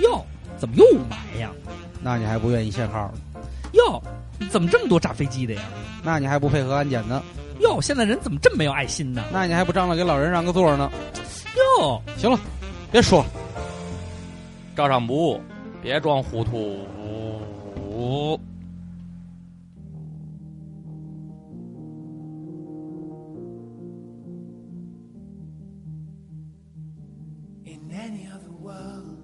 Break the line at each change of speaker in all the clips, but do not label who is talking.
哟，怎么又埋呀？
那你还不愿意限号？
哟，怎么这么多炸飞机的呀？
那你还不配合安检呢？
哟，现在人怎么这么没有爱心呢？
那你还不张罗给老人让个座呢？
哟，
行了，别说了，
照上不误，别装糊涂。
in any other world.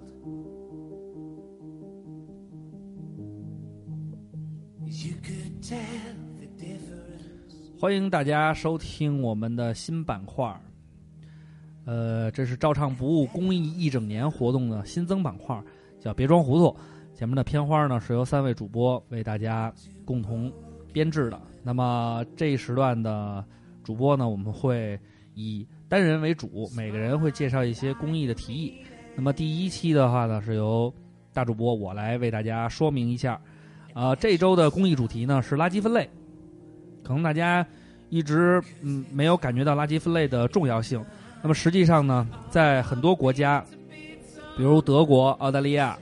You could tell the difference.
欢迎大家收听我们的新版块儿。呃，这是照唱不误公益一整年活动的新增板块儿，叫“别装糊涂”。前面的片花呢是由三位主播为大家共同编制的。那么这一时段的主播呢，我们会以单人为主，每个人会介绍一些公益的提议。那么第一期的话呢，是由大主播我来为大家说明一下。啊、这周的公益主题呢是垃圾分类，可能大家一直嗯没有感觉到垃圾分类的重要性。那么实际上呢，在很多国家，比如德国、澳大利亚、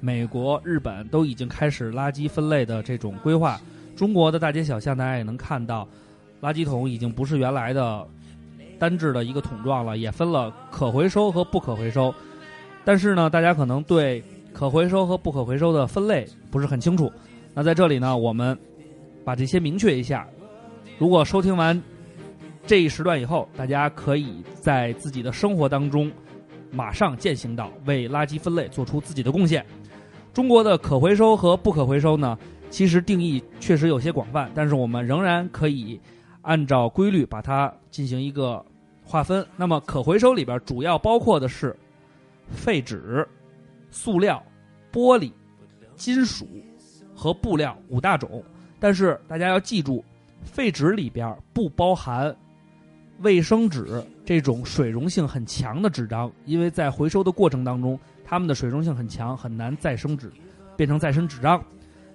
美国、日本，都已经开始垃圾分类的这种规划。中国的大街小巷，大家也能看到，垃圾桶已经不是原来的单质的一个桶状了，也分了可回收和不可回收。但是呢，大家可能对可回收和不可回收的分类不是很清楚。那在这里呢，我们把这些明确一下，如果收听完这一时段以后，大家可以在自己的生活当中马上践行到为垃圾分类做出自己的贡献。中国的可回收和不可回收呢，其实定义确实有些广泛，但是我们仍然可以按照规律把它进行一个划分。那么可回收里边主要包括的是废纸、塑料、玻璃、金属和布料五大种。但是大家要记住，废纸里边不包含卫生纸这种水溶性很强的纸张，因为在回收的过程当中，它们的水溶性很强，很难再生纸变成再生纸张。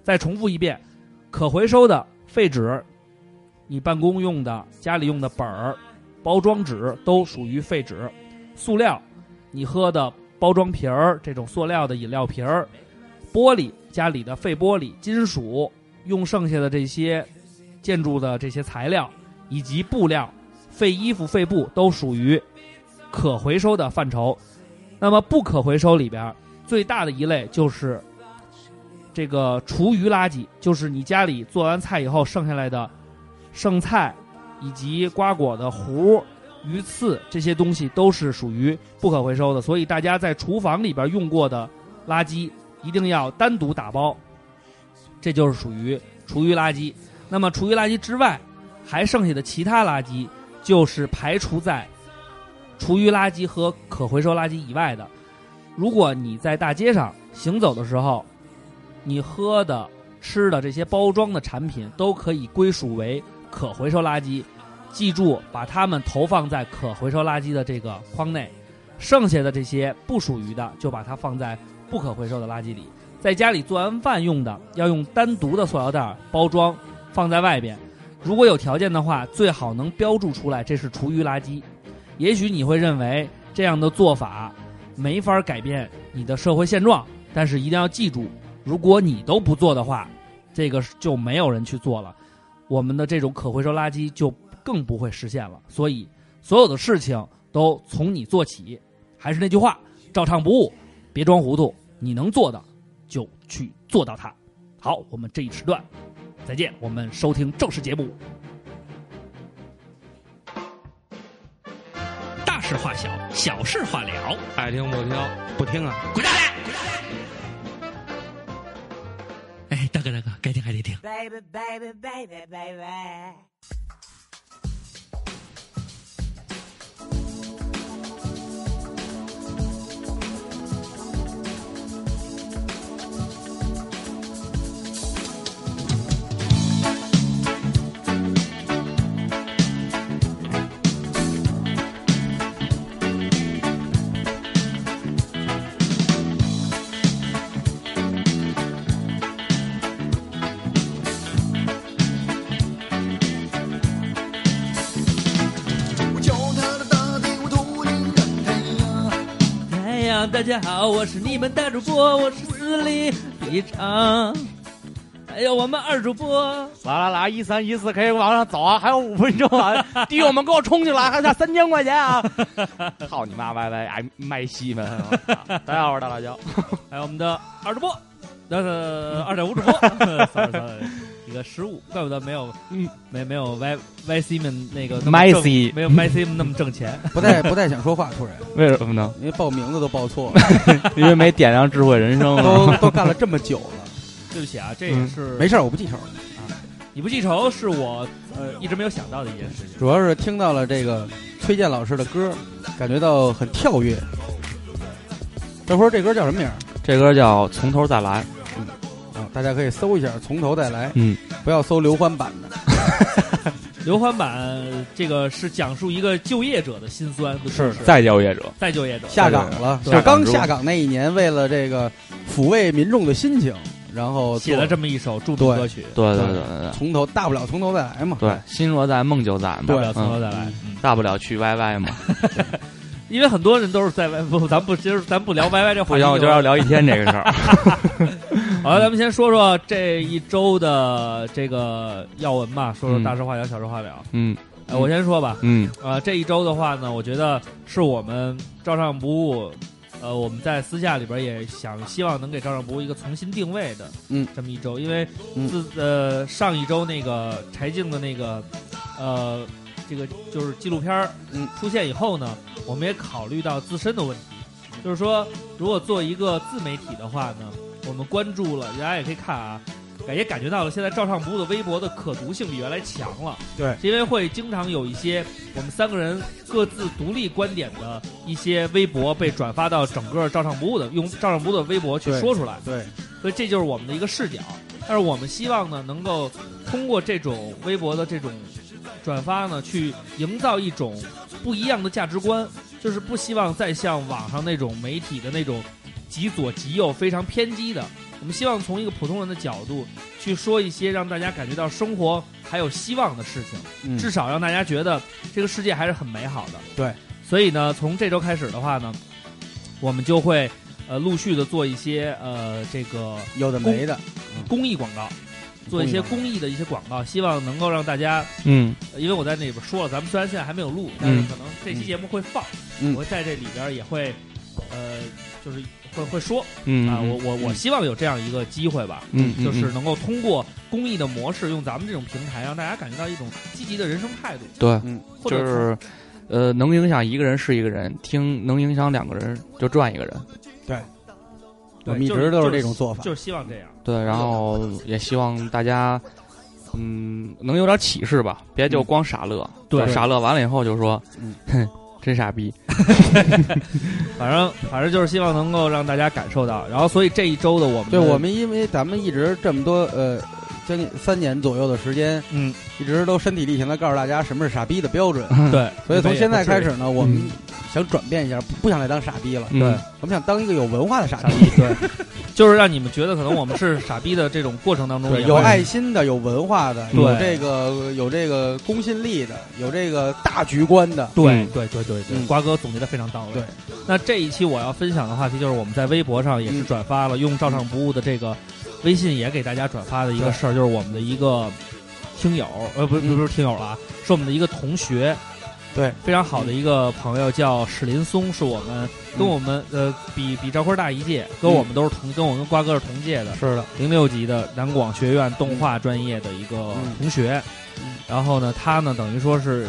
再重复一遍，可回收的废纸，你办公用的、家里用的本儿、包装纸都属于废纸。塑料，你喝的包装瓶儿这种塑料的饮料瓶儿，玻璃家里的废玻璃、金属用剩下的这些建筑的这些材料以及布料、废衣服、废布都属于可回收的范畴。那么不可回收里边儿最大的一类就是这个厨余垃圾，就是你家里做完菜以后剩下来的剩菜以及瓜果的核、鱼刺这些东西都是属于不可回收的。所以大家在厨房里边用过的垃圾一定要单独打包，这就是属于厨余垃圾。那么厨余垃圾之外，还剩下的其他垃圾就是排除在厨余垃圾和可回收垃圾以外的。如果你在大街上行走的时候，你喝的、吃的这些包装的产品都可以归属为可回收垃圾，记住把它们投放在可回收垃圾的这个框内，剩下的这些不属于的就把它放在不可回收的垃圾里。在家里做完饭用的，要用单独的塑料袋儿包装放在外边。如果有条件的话，最好能标注出来这是厨余垃圾。也许你会认为这样的做法没法改变你的社会现状，但是一定要记住，如果你都不做的话，这个就没有人去做了，我们的这种可回收垃圾就更不会实现了。所以，所有的事情都从你做起。还是那句话，照唱不误，别装糊涂，你能做的就去做到它。好，我们这一时段再见，我们收听正式节目。大事化小，小事化了。
爱听不听，
不听啊！
滚蛋！哎，大哥大哥，该听还得听。
Baby, baby, baby, baby.
大
场，哎大家好，我是你们大主播，我是司令一场，还有我们二主播，
啦啦啦，一三一四可以往上走啊，还有五分钟 啊！弟兄们，给我冲进来，还差三千块钱啊！ 操你妈歪歪，哎，卖西 门！大家好，我是大辣椒。
还有我们的二主播，那是二点五主 播 sorry，sorry，一个失误，怪不得没有，
嗯，
没没有 Y Y C 们那个那么挣
Messi，
没有 Y C 们那么挣钱，
不太不太想说话，突然，
为什么呢？
因为报名字都报 错了，
因为没点亮智慧人生啊
都都干了这么久了，
对不起啊，这
嗯
也是
没事儿，我不记仇。
你不记仇是我呃一直没有想到的一件事情。
主要是听到了这个崔健老师的歌，感觉到很跳跃。这会儿这歌叫什么名儿？
这歌叫《从头再来》。
啊，大家可以搜一下，从头再来，
嗯，
不要搜刘欢版的。
刘欢版这个是讲述一个就业者的辛酸，不
是
再
再就业者，
再就业者，
下岗了，
对
就刚
下岗之
下岗那一年，为了这个抚慰民众的心情，然后
写了这么一首著名歌曲，
对对
对
对对
从头，大不了从头再来嘛。
对，对，心若在，梦就在嘛。
大不了从头
嗯
再来。嗯
大不了去 YY 嘛。
因为很多人都是在 Y，不， 咱不，今儿咱不聊 Y Y 这话
不行，
题了，
哎我就要聊一天这个事儿。
好了，咱们先说说这一周的这个要闻吧，说说大事化小，小事化了。
嗯
呃，我先说吧，
嗯
呃，这一周的话呢，我觉得是我们照上不误，呃，我们在私下里边也想希望能给照上不误一个重新定位的，
嗯，
这么一周，因为
嗯
自、呃上一周那个柴静的那个呃这个就是纪录片儿
嗯
出现以后呢，我们也考虑到自身的问题，就是说如果做一个自媒体的话呢，我们关注了，大家也可以看啊。感也感觉到了，现在照上不误的微博的可读性比原来强了。
对，
是因为会经常有一些我们三个人各自独立观点的一些微博被转发到整个照上不误的用照上不误的微博去
对
说出来，
对，
所以这就是我们的一个视角。但是我们希望呢，能够通过这种微博的这种转发呢，去营造一种不一样的价值观，就是不希望再像网上那种媒体的那种极左极右非常偏激的。我们希望从一个普通人的角度去说一些让大家感觉到生活还有希望的事情。
嗯
至少让大家觉得这个世界还是很美好的。
对，
所以呢，从这周开始的话呢，我们就会呃陆续的做一些呃这个
有的没的，
公益广告，做一些公益的一些广告，希望能够让大家，
嗯
呃因为我在那里边说了，咱们虽然现在还没有录，但是可能这期节目会放，
嗯
我会在这里边也会呃就是会会说
嗯
啊、我我我希望有这样一个机会吧。
嗯
就是能够通过公益的模式，用咱们这种平台，让大家感觉到一种积极的人生态度。
对，
嗯
或
就
者从
是呃，能影响一个人是一个人，听能影响两个人就赚一个人。
我
对
们一
就是
直都
就是
这种做法。
就是希望这样。
对，然后也希望大家嗯能有点启示吧，别就光傻乐。
嗯对
傻乐完了以后就说
嗯，
哼，真傻逼。
反正反正就是希望能够让大家感受到。然后，所以这一周的我们，
对我，们，因为咱们一直这么多呃，将近三年左右的时间，
嗯，
一直都身体力行的告诉大家什么是傻逼的标准。
对，
所以从现在开
也
始呢，我们想转变一下，不不想再当傻逼
嗯
了，
对，
我们想当一个有文化的傻
不至于，傻逼，对，就是让你们觉得可能我们是傻逼的这种过程当中
对，
也
有
会
爱心的，有文化的，
对
有这个有这个公信力的，有这个大局观的。
对
嗯
对对对对，
嗯
瓜哥总结的非常到位。
对，
那这一期我要分享的话题就是我们在微博上也是转发了，用照上不误的这个微信也给大家转发的一个
对嗯
事儿，就是我们的一个听友，呃，不是不是听友了啊，是我们的一个同学，
对，
非常好的一个朋友叫史林松，是我们跟
嗯
我们呃比比赵坤大一届，跟我们都是同，跟我跟瓜哥是同届的，
是的，
零六级的南广学院动画专业的一个同学，
嗯
然后呢，他呢等于说是，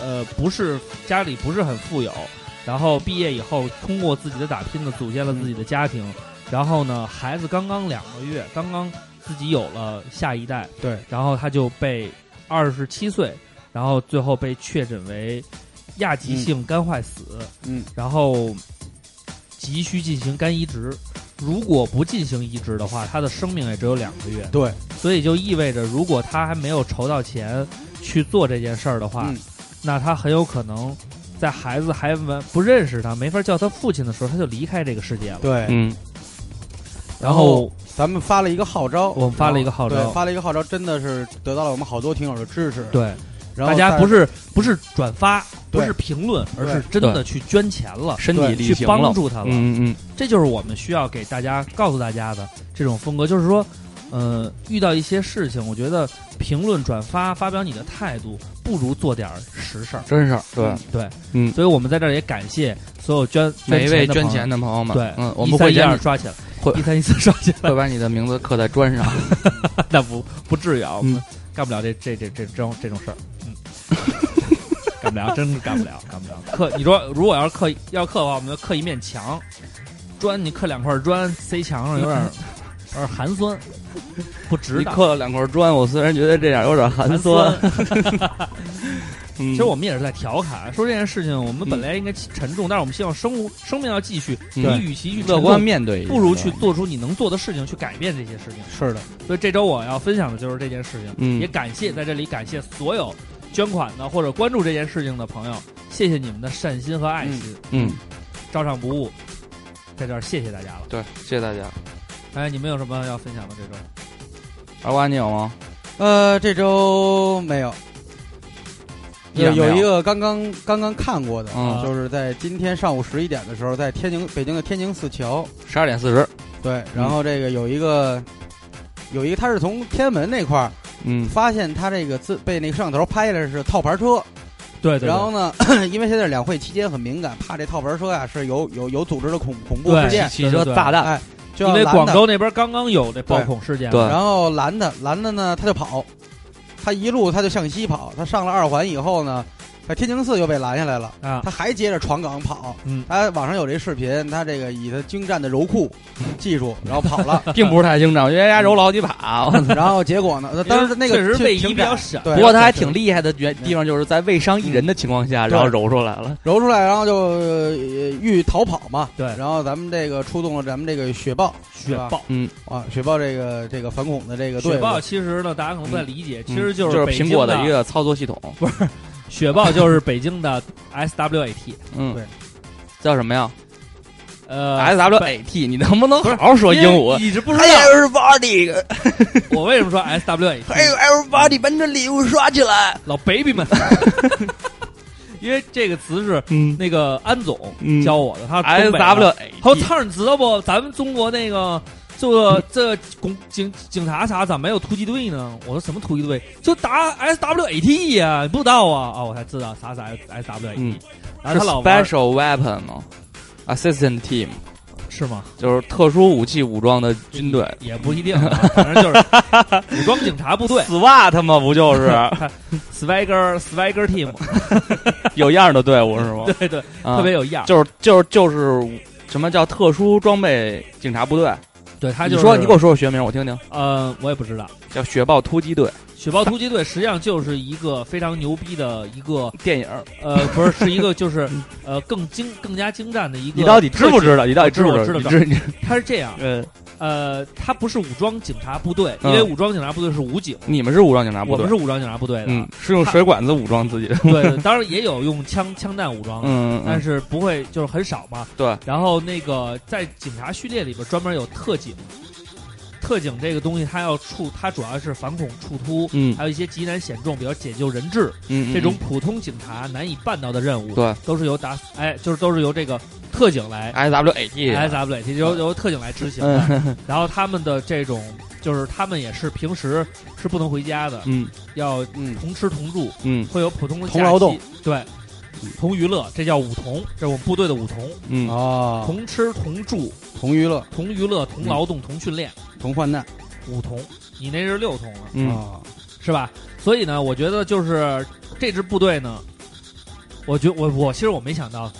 呃，不是家里不是很富有，然后毕业以后通过自己的打拼呢，组建了自己的家庭，
嗯
然后呢，孩子刚刚两个月，刚刚自己有了下一代，
对，
然后他就被二十七岁，然后最后被确诊为亚急性肝坏死，
嗯，
然后急需进行肝移植。如果不进行移植的话，他的生命也只有两个月，
对，
所以就意味着，如果他还没有筹到钱去做这件事儿的话，
嗯
那他很有可能在孩子还没不认识他、没法叫他父亲的时候，他就离开这个世界了。
对。
嗯
然
后
后
咱们发了一个号召，
我们发了一个号召
对，发了一个号召，真的是得到了我们好多听友的支持。
对，大
然后
家不
是
是不是转发，不
对
是评论，而是真的去捐钱了，
身体
对
力
去
行了
帮，助他了。
嗯嗯
这就是我们需要给大家告诉大家的这种风格，就是说，呃，遇到一些事情，我觉得评论、转发、发表你的态度，不如做点儿实事儿。
嗯，真是对，
对，
嗯
所以我们在这儿也感谢所有捐
每一位捐
捐
钱
的
的朋
朋友
友们，
对，
嗯，我们会
一三一
严
二刷起来，
会
一三一四 刷起来，
会把你的名字刻在砖 上。
那不不至于啊，我们
嗯
干不了这这这这这种这种事儿， 嗯，干不了，真是干不了，干不了。刻你说如果要是刻要刻的话，我们就刻一面墙，砖你刻两块砖塞墙上有 点儿有点儿寒酸，不值
你
当。
刻了两块砖，我虽然觉得这样有点寒酸，
酸，
嗯
其实我们也是在调侃，说这件事情我们本来应该沉重，但是我们希望生活生命要继续。你
对
与其去
乐
沉
观
重，
面对，
不如去做出你能做的事情，去改变这些事情。
是的，
所以这周我要分享的就是这件事情，
嗯
也感谢在这里感谢所有捐款的或者关注这件事情的朋友，谢谢你们的善心和爱心，
嗯，
照常不误，在这儿谢谢大家了。
对，谢谢大家。
哎，你们有什么要分享的这周？
二瓜，你有吗？
呃，这周没有，
依然
有
没有
有一个刚刚刚刚看过的，
嗯
就是在今天上午十一点的时候，在天津北京的天津四桥，
十二点四十，
对，然后这个有一个。有一个，他是从天安门那块儿
嗯
发现他这个自被那个摄像头拍下来是套牌车，
对
然后呢， 因为现在两会期间很敏感，怕这套牌车呀、是有有有组织的恐恐怖事
对
件，
汽车炸弹，
哎，就
因
要
为
拦
广
他
州那边刚刚有这暴恐事件，
对
然后拦他，拦他呢，他就跑，他一路他就向西跑，他上了二环以后呢，他天津寺又被拦下来了，
啊，
他还接着闯岗跑。
嗯
他网上有这视频，他这个以他精湛的柔库技术，然后跑 了，
并不是太精湛，因为人家揉了好几 把。啊
然后结果呢，当时那个
确实
停
位移
停
比
站
较闪，
对，
不过他还挺厉害的原地方，就是在未伤一人的情况下，
嗯
然后揉出来了。
揉出来，然后就呃欲逃跑嘛。
对
然后咱们这个出动了咱们这个雪豹，
雪
是吧
豹。
啊，雪豹这个这个反恐的这个队
雪
伍，
豹其实呢，大家可能不太理解，其实
嗯就
就是北京
苹果的一个操作系统，
雪豹，就是北京的 SWAT，
嗯
对，
叫什么呀
呃
？S W A T，你能不能好好说英文？哎
你这不知道
Everybody，
我为什么说 SWAT？
哎 everybody，把你的礼物刷起来。
老 baby 们， 因为这个词是
嗯
那个安总
嗯
教我的，他是啊东
S
北
W
的。
A，
他说：“操，你知道不？咱们中国那个这个这个公警警察啥咋没有突击队呢？”我说：“什么突击队？就打 S W A T 呀，你不知道啊？啊，我才知道啥是 S W A T。
嗯，
然啊后他老玩儿
special weapon 吗？Assistant team
是吗？
就是特殊武器武装的军 队
也不一定啊，反正就是 武装警察部队
，SWAT 嘛，不就是
，Swagger Swagger Team，
有样儿的队伍是吗？
对对，
啊
特别有样儿。
就是就是就是什么叫特殊装备警察部队？
对他就
你
是
说你给我说说学名，我听听，
呃，我也不知道。”
叫雪豹突击队
雪豹突击队实际上就是一个非常牛逼的一个，
电影。
呃，不是，是一 个就是呃更精、更加精湛的一个。
你到底知不知道？你到底知不
我知道
道？
我知道
你知
它是这样，
呃，
呃，它不是武装警察部队，因
嗯
为武装警察部队是武警，
你们是武装警察部
我
队
们是，武装警察部队的。啊
嗯，是用水管子武装自己的，
对对，当然也有用枪枪弹武装的，
嗯，
但
嗯
是不会就是很少嘛。
对。
然后那个在警察序列里边专门有特警，特警这个东西它要处，它主要是反恐、处突，
嗯
还有一些极难险重，比如解救人质。
嗯，嗯
这种普通警察难以办到的任务，
对，
都是由打哎，就是都是由这个特警来
S W A T 啊
S W A T，由啊由特警来执行的。 然后他们的这种就是他们也是平时是不能回家的，
嗯
要
嗯，
同吃同住，
嗯
会有普通的假
同
期
劳动，
对，同娱乐，这叫五同，这是我们部队的五同，
嗯，
哦，同
同吃同住、
同娱乐、
同娱乐、同劳动、同训练，
同患难
五同。你那是六同了，
嗯
啊，
是吧？所以呢，我觉得就是这支部队呢，我觉我我其实我没想到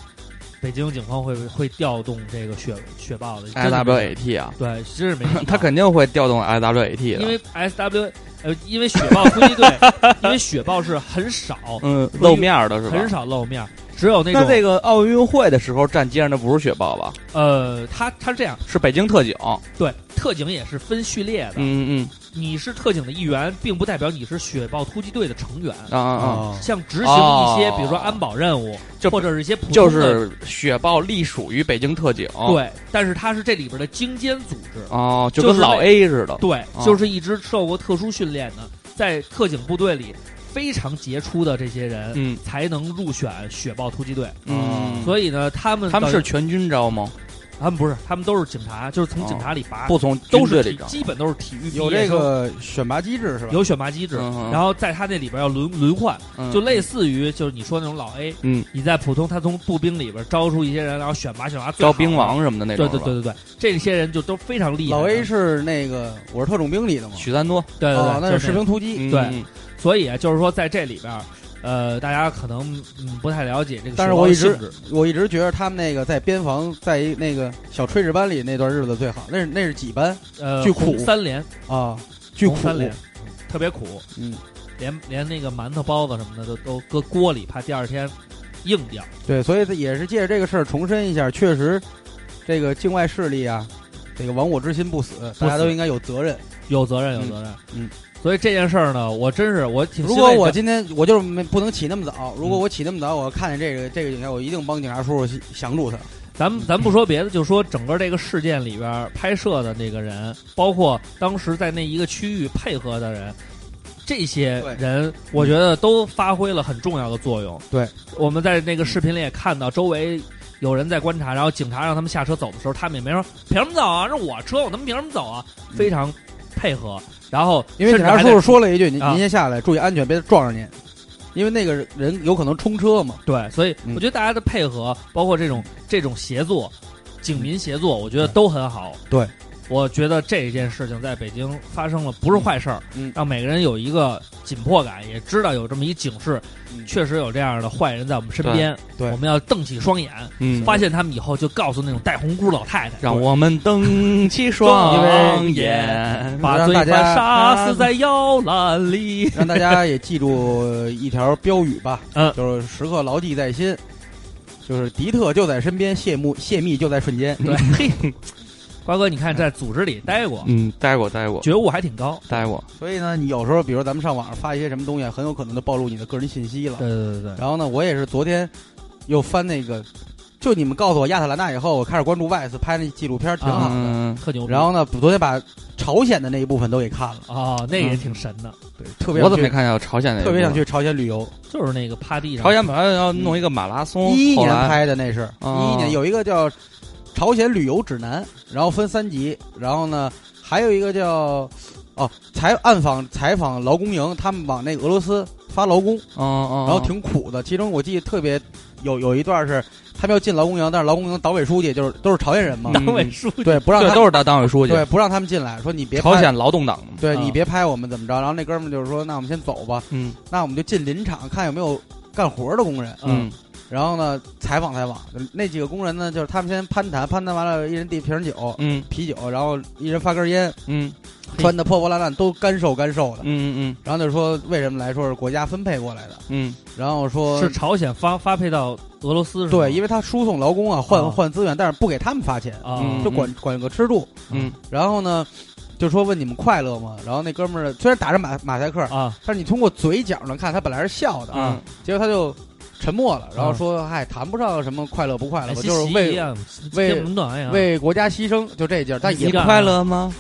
北京警方会会调动这个雪雪豹的
S
真的
W
没
A T 啊，
对，真是没想到
他肯定会调动 S W A T 的，
因为 S W 呃，因为雪豹突击队， 因为雪豹是很少
嗯露面儿的是吧？
很少露面，只有那
那
种
这个奥运会的时候站街上的不是雪豹吧？
呃，他他是这样，
是北京特警。
对，特警也是分序列的，
嗯嗯
你是特警的一员，并不代表你是雪豹突击队的成员。
嗯啊啊啊！
啊
像执行一些，
哦
比如说安保任务，
就
或者是一些普通的
就是雪豹隶属于北京特警。，
哦
对，但是它是这里边的精尖组织，
哦，就
就
跟
是
老
那
A 似的。
对
哦，
就是一支受过特殊训练的，在特警部队里非常杰出的这些人，
嗯
才能入选雪豹突击队。
嗯，
所以呢，他们
他们
等
是全军招吗？
他们不是，他们都是警察，就是从警察里拔，
哦不从
啊都是
军队
体
里招。
基本都是体育
有
毕业
这
生
个选拔机制是吧？
有选拔机制，
嗯哼
然后在他那里边要轮轮换，
嗯
就类似于就是你说那种老 A，
嗯，
你在普通他从步兵里边招出一些人，然后选拔选拔最好
招
的
兵，王什么的那
对
种。
对对，对对，这些人就都非常厉害的。
老 A 是那个我是特种兵里的嘛，
许三多，
对对
哦
对，，
那
就是
士兵突击。
嗯
对
嗯
所以啊就是说在这里边，呃，大家可能嗯不太了解这个，
但是我一直
性质
我一直觉得他们那个在边防，在一那个小炊事班里那段日子最好。那是那是几班
呃
巨苦
红三连，
啊？巨苦
红，三连，特别苦，
嗯，
连连那个馒头包子什么的都都搁锅里，怕第二天硬掉。
对，所以也是借着这个事儿重申一下，确实这个境外势力啊，这个亡我之心不死，大家都应该有责任。
有责任，有
嗯
责任。
嗯
所以这件事儿呢，我真是我挺
如
欣慰
果
的
我今天我就是没不能起那么早，如果我起那么早，我看见这个这个警察，我一定帮警察叔叔降住他。
咱
嗯
们咱不说别的，就说整个这个事件里边儿拍摄的那个人，包括当时在那一个区域配合的人，这些
对
人，我觉得都发挥了很重要的作用。
对，
我们在那个视频里也看到周围。有人在观察，然后警察让他们下车走的时候，他们也没说凭什么走啊，是我车，我他妈凭什么走啊？非常配合，然后
因为
甚至
警察
还
叔
在
叔说了一句：“您
啊
您先下来，注意安全，别撞上您。”因为那个人有可能冲车嘛。
对，所以
嗯
我觉得大家的配合，包括这种这种协作，警民协作，我觉得都很好。
对，
我觉得这件事情在北京发生了不是坏事儿，
嗯
让每个人有一个紧迫感，也知道有这么一警示，
嗯
确实有这样的坏人在我们身边，
对对
我们要瞪起双眼，
嗯，
发现他们以后就告诉那种戴红箍老太太，
让我们瞪起双眼。
把
让
罪
大
犯
家
杀死在摇篮 里。
让大家也记住一条标语吧，
嗯
就是时刻牢记在心，就是敌特就在身边，泄密泄密就在瞬间。
对，嘿，瓜哥，你看在组织里待过，
嗯，待过，待过，
觉悟还挺高。
待过。
所以呢，你有时候比如咱们上网上发一些什么东西，很有可能就暴露你的个人信息了。
对对对对。
然后呢，我也是昨天又翻那个，就你们告诉我亚特兰大以后，我开始关注外斯拍那纪录片，挺好的。
嗯，
特牛逼。
然后呢，昨天把朝鲜的那一部分都给看了，
哦，那个也挺神的，
对，特别
我
想
怎么没
去
看见有朝鲜那？
特别想。去朝鲜旅游。
就是那个趴地上。
朝鲜本来要弄一个马拉松，
一
哦
一
后
年
来
拍的那是，
哦
一一年有一个叫《朝鲜旅游指南》，然后分三集，然后呢还有一个叫哦采暗访采访劳工营，他们往那个俄罗斯发劳工，
嗯嗯，
然后挺苦的。其中我记得特别有有一段是他们要进劳工营，但是劳工营党委书记就是都是朝鲜人嘛，
党委书记，
嗯对，不让
这
他
嗯都是他党委书记，
对不让他们进来，说你别拍
朝。鲜嗯劳动党的嘛。
对
啊
你别拍我们怎么着？然后那哥们儿就是说，那我们先走吧，
嗯
那我们就进林场看有没有干活的工人。
嗯
嗯，
然后呢，采访采访那几个工人呢，就是他们先攀谈，攀谈完了，一人递瓶酒、
嗯
啤酒，然后一人发根烟，
嗯
嘿
穿的破破烂烂，都干瘦干瘦的。
嗯嗯
然后就说为什么来说是国家分配过来的，
嗯
然后说
是朝鲜发发配到俄罗斯是吗？
对，因为他输送劳工啊，换、
啊
换资源，但是不给他们发钱，
啊，
嗯
就管管个吃住。
嗯
然后呢，就说问你们快乐吗？然后那哥们儿虽然打着马马赛克，
啊
但是你通过嘴角能看他本来是笑的，
嗯
啊，
结果他就沉默了，然后
啊
说嗨，谈不上什么快乐不快乐
哎
吧，
西
就是
西
为
一样
为
这么暖哎呀，
为国家牺牲，就这劲儿，但也
你
不
干
快乐。
吗？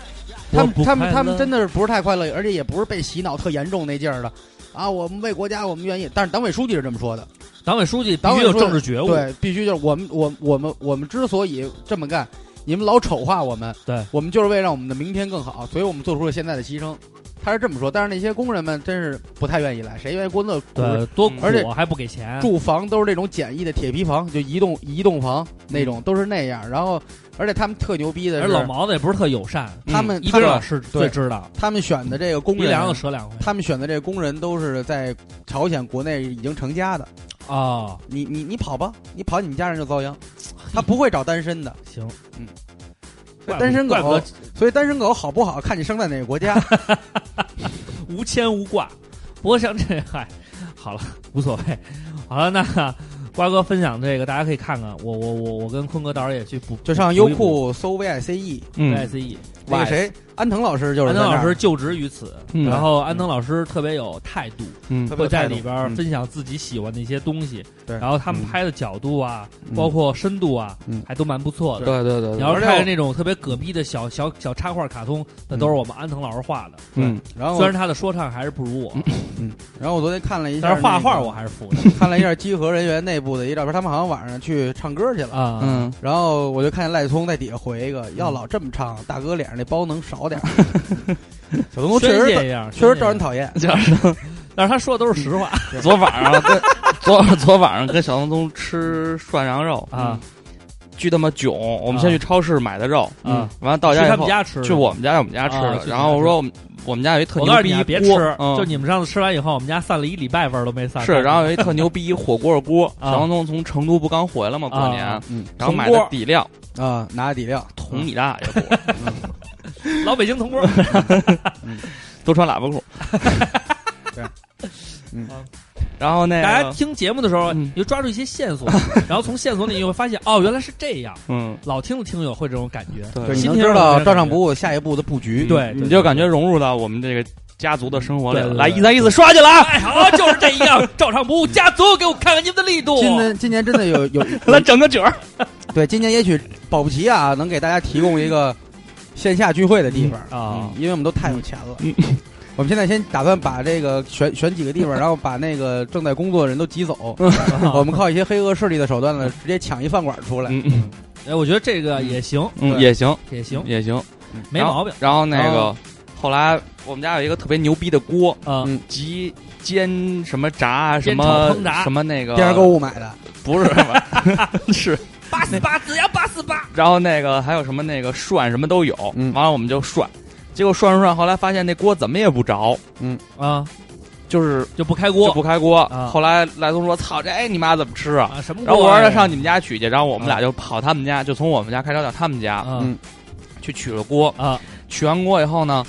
他
我不
们他们他们真
的
的是不是太快乐，而且也不是被洗脑特严重那劲儿的。啊，我们为国家，我们愿意。但是党委书记是这么说的，
党委书记必
党
须
委
有
书记
政治觉悟，
对，必须就是我们，我我们我们之所以这么干，你们老丑化我们，
对
我们就是为了让我们的明天更好，所以我们做出了现在的牺牲。他是这么说，但是那些工人们真是不太愿意来，谁愿意过那苦日
对，多
嗯
苦
而且
还不给钱，
住房都是那种简易的铁皮房，就一栋一栋房那种，都是那样。然后，而且他们特牛逼的
嗯而
是，
老毛子也不是特友善，
他们
一
他
知
们
道是最
对
知道，
他们选的这个工
鼻
人
梁
啊，
子折两回
他们选的这个工人都是在朝鲜国内已经成家的。
啊，
你你你跑吧，你跑你们家人就 遭殃。他不会找单身的，
行，
嗯
怪不，
单身狗
怪不得
所以单身狗好不好看你生在哪个 国家。
无牵无挂。不过像这嗨，好了，无所谓。好了，那瓜哥分享这个，大家可以看看。我我我我跟坤哥到时候也去补，
就上优酷搜 VICE，
嗯
ICE。
E，那个谁，安藤老师就是
E 安
在
藤
那儿
老师就职于此，
嗯
然后安藤老师特别有态度，
嗯
特
会
别有态
在
度
里边儿分享自己喜欢的一些东西。
对
然后他们
嗯
拍的角度啊，
嗯
包括深度啊
嗯，
还都蛮不错
对
的。
对对
你
对，
要是
而且
看
我嗯
那种特别葛逼的小小小插画卡通，那都是我们安藤老师画的。
嗯
然后
虽然他的说唱还是不如我，
嗯，然后我昨天看了一下、
但是画画
那个
我 还是服的
看了一下稽核人员内部的一照片，他们好像晚上去唱歌去了。
啊。
嗯，然后我就看见赖聪在底下回一个：“要老这么唱，大哥脸上那包能少点儿。” 小东确
宣
实
泄
确
一下，宣
实
泄
招人
一下，
讨厌。
但是他说的都是实话
嗯昨晚上跟昨昨晚上跟小东东吃涮羊肉，
啊
巨他妈囧！我们先去超市买的肉，嗯
啊！
完了到
去
家以
他们
后
家吃的，
去我们家我们家吃
啊
的
去，你
然后我说我们我们家有一特
我
牛
告诉
逼
你啊，
一
别
锅
吃，
嗯
就你们上次吃完以后，我们家散了一礼拜味儿都没散。
是，然后有一特牛逼一火锅的锅，
啊
小王东从成都不刚回来吗？过年，
啊嗯
嗯
然后买
铜
的
锅
底料，
啊，拿底料，
捅你大爷锅，
老北京铜锅，
都穿喇叭裤。
对，嗯
啊
然后那
大
个
家听节目的时候，
哎嗯
你就抓住一些线 索，然后从线索里你会发现，哦，原来是这样。
嗯，
老听的听友会这种感觉，
就
对
你
今
能
天
知
我
道
们
照上不误下一步的布局。
对对
你就感觉融入到我们这个家族的生活里
对
了。
对
来，
对
一三一四刷去了啊！
哎，好，就是这样，照常不误，家族，给我看看你们的力度。
今年今年真的有有
来整个角儿，
对，今年也许保不齐啊，能给大家提供一个线下聚会的地方
啊
嗯因为我们都太有钱
嗯
了。 我们现在先打算把这个选 选几个地方，然后把那个正在工作的人都挤走。
嗯
我们靠一些黑恶势力的手段呢，直接抢一饭馆出来。
嗯嗯
哎，我觉得这个也行，
嗯，
对
也行
也行，
也行。
没毛病
然后那个
哦
后来我们家有一个特别牛逼的锅，
啊
嗯
集煎什么炸啊什
煎
么
炒烹炸
什么那个
电视购物买的，
不是 是，
八四八，只要八四八。
然后那个还有什么那个涮什么都有，
嗯
完了我们就涮，结果涮涮涮，后来发现那锅怎么也不着，嗯
啊，
就是
就不开
就
锅
不开锅。
啊
后来赖东说：“操，这哎你妈怎么吃啊
啊，什么？”
然后我
玩
儿
的
子上你们家取去，然后我们俩就跑他们家，就从我们家开车到他们家、
啊
嗯
去取了锅。
啊
取完锅以后呢，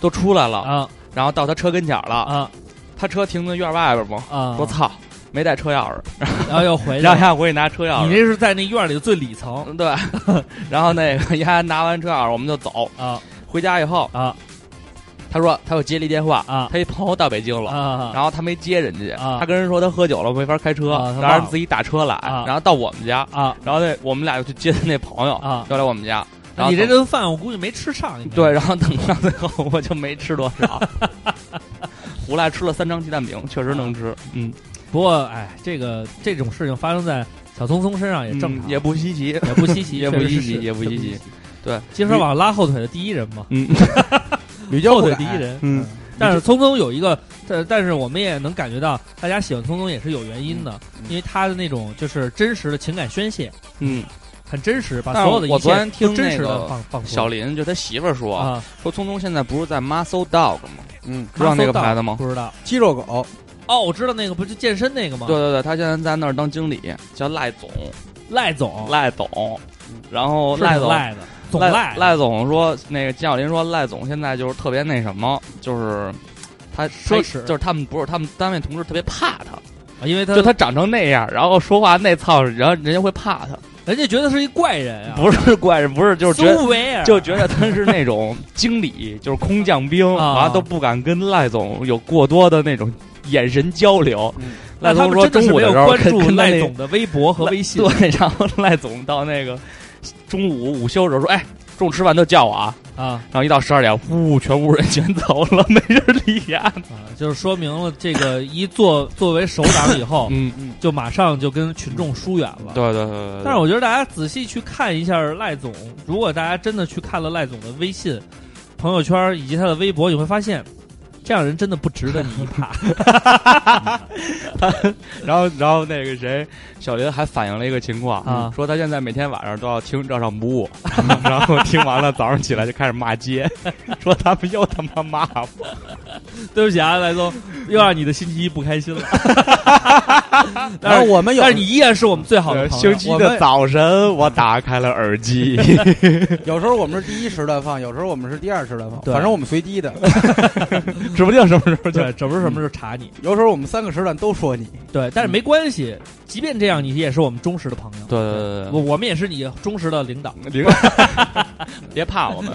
都出来了，
啊
然后到他车跟前了，
啊
他车停在院外边嘛，
啊！
说操，没带车钥匙，
然后又回去
让
了。
下回拿车钥
你
匙。
这是在那院里的最里层
嗯对，然后那个丫拿完车钥匙，我们就走。
啊
回家以后，
啊
他说他又接了一电话，
啊
他一朋友到北京了，
啊
然后他没接人家，
啊
他跟人说他喝酒了没法开车，
啊他忘了
然后自己打车来，
啊
然后到我们家，
啊
然后那我们俩就去接他那朋友，
啊！
就来我们家，然后
你这
等
顿饭我估计没吃上，应该
对，然后等到最后我就没吃多少， 胡来吃了三张鸡蛋饼，确实能
啊
吃，嗯，
不过，哎，这个这种事情发生在小聪聪身上也哎正
嗯
常，
也不稀奇，
也不稀奇，
也不
确实
稀
是
奇
是
也不稀奇。对，
金蛇网拉后腿的第一人嘛，
嗯，
屡教
后
不
腿
改。
第一 人。
嗯，
但是聪聪有一个，但但是我们也能感觉到，大家喜欢聪聪也是有原因的，
嗯嗯
因为他的那种就是真实的情感宣泄，
嗯，
很真实，把
但是
所有的一
我昨
切
天听
都真
那
实的
个
放放出来
小林就他媳妇儿说，
啊，
说聪聪现在不是在 Muscle Dog 吗？
嗯，
知道那
马搜
个
到
牌子吗
不知道。
肌肉狗，
哦，我知道那个不就健身那个吗？
对，对对，他现在在那儿当经理，叫赖总，
赖总，
赖总。然后
哦是挺
赖总
赖的，总
赖
赖
赖总说，那个金小林说，赖总现在就是特别那什么，就是他
奢
他
侈
就是他们不是他们单位同事特别怕他，
啊因为他
就他长成那样，然后说话那操，然后人家会怕他，
人家觉得是一怪人啊，
不是怪，不是就是觉得
苏维尔
就觉得他是那种经理，就是空降兵，
啊
完了都不敢跟赖总有过多的那种眼神交流。
嗯
赖总说中午
没有
时候
关
跟
注
跟他
赖
那
总的微博和
赖
微信
对，然后赖总到那个中午午休的时候说：“哎，中午吃饭都叫我啊。”
啊
然后一到十二点，呜，全屋人全走了，没人理呀。
啊，就是说明了这个一做作为首长以后，
嗯，
就马上就跟群众疏远了。
对对对对。
但是我觉得大家仔细去看一下赖总，如果大家真的去看了赖总的微信、朋友圈以及他的微博，你会发现，这样人真的不值得你一 爬。
然后然后那个谁，小林还反映了一个情况嗯
啊
说他现在每天晚上都要听《照上不误》， 然后听完了早上起来就开始骂街，说他们又他妈骂我。
对不起啊，赖总，又让你的星期一不开心了。
然
但
后
是，
我们有
但是你依然是我们最好的朋友
呃星。期的早晨，我打开了耳 机，
有时候我们是第一时段放，有时候我们是第二时段放，
对
反正我们随机的。
指不定什么时候就
对，这不是什么时候查你，
有时候我们三个时段都说你，
对，但是没关系，即便这样，你也是我们忠实的朋友。
对对对
我我们也是你忠实的领导。
对， 别怕我们，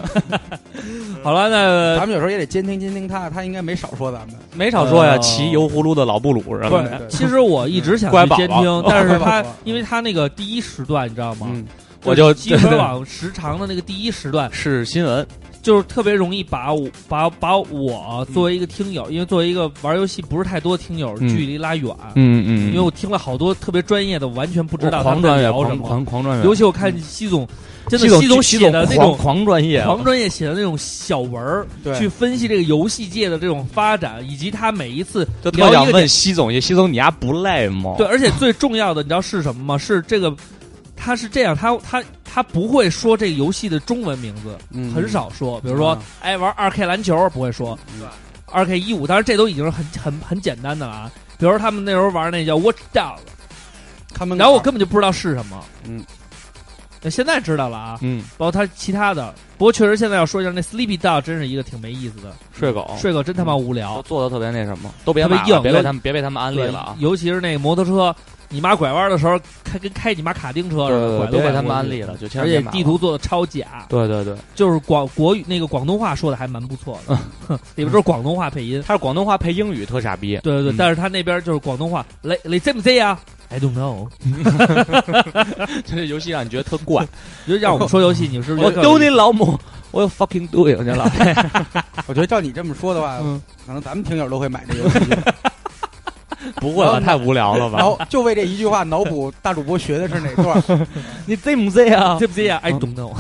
好了，那
咱们有时候也得监听监听他，他应该没少说咱们。
没少说呀，
呃
骑油葫芦的老布鲁什
不
么
是
的，嗯
其实我一直想
乖
去
宝宝
监听，但是
乖宝
他
宝
因为他那个第一时段，你知道吗？
嗯，
我就
新闻网时长的那个第一时段，
是新闻，
就是特别容易把我把把我作为一个听友，因为作为一个玩游戏不是太多的听友，
嗯
距离拉远。
嗯嗯
因为我听了好多特别专业的，完全不
不
知道他
狂
们在
专业，
聊什
狂
么。
狂狂专业，嗯
尤其我看西总，真的
系统
西总
系
写
统
的那
狂
种
狂专业啊，
狂专业写的那种小文儿，
对
去分析这个游戏界的这种发展，以及他每一次
就
聊一个
特想
点
问西总去，西总你丫不累吗？
对，，而且最重要的，你知道是什么吗？是这个，他是这样，他他他不会说这个游戏的中文名字，
嗯
很少说。比如说
啊，
哎，玩二 K 篮球不会说，
嗯
二 K 一五，当然这都已经是很很很简单的了啊。比如说他们那时候玩那叫 Watch Dog，
嗯
看门口。
然后我根本就不知道是什么，
嗯，
那现在知道了啊。
嗯，
包括他其他的，不过确实现在要说一下，那 Sleepy Dog 真是一个挺没意思的，
睡狗
睡个真他妈无聊
哦都。做的特别那什么，都别
特别
骂了
硬
别
尤
被他们别被他们安利
对嗯
了啊，
尤其是那个摩托车，你妈拐弯的时候开跟开你妈卡丁车似的，拐
别
都
被
拐
他
不
们
过
安
去
利了，就千
而
万
且
别骂了
地图，做的超假，
对对对，
就是广国语那个广东话说的还蛮不错
嗯
的，里边都是广东话配音。
他是广东话配英语，特傻逼，
对对对，
嗯
但是他那边就是广东话，你你这不这啊 I don't know，
这 游戏让你觉得特怪，
就让我们说游戏，你 是不是
我
觉得
丢你老母，我有 fucking doing 去了，
我觉得照你这么说的话，
嗯
可能咱们听友都会买这游 戏，
不会吧？太无聊了
然
吧？
后就为这一句话脑补大主播学的是哪段。
你 Z 不 Z 啊？
这不这啊 I don't know。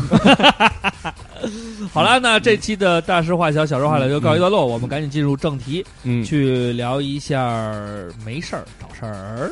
好了，那这期的大事化小，小事化了就告一段落，我们赶紧进入正题，
嗯，
去聊一下儿没事儿找事儿。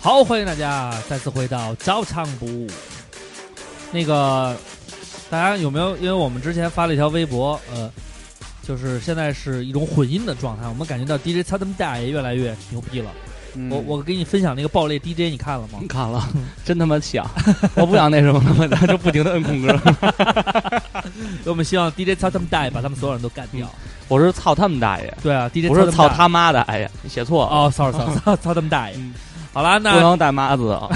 好，欢迎大家再次回到照唱不误。那个，大家有没有？因为我们之前发了一条微博，呃，就是现在是一种混音的状态，我们感觉到 DJ 擦他们大爷越来越牛逼了。
嗯
我
嗯
我给你分享那个爆裂 DJ，你看了 吗？
看了，真他妈想， 我不想那什么了，他就不停的摁空格。
我们希望 DJ 擦他们大爷把他们所有人都干掉。
我是操他们大爷，
对啊，DJ
嗯不是操
操
他妈的，哎呀，你写错了，
哦，sorry sorry，操 操他们大爷
嗯。
好啦，
不
那
能带妈字啊，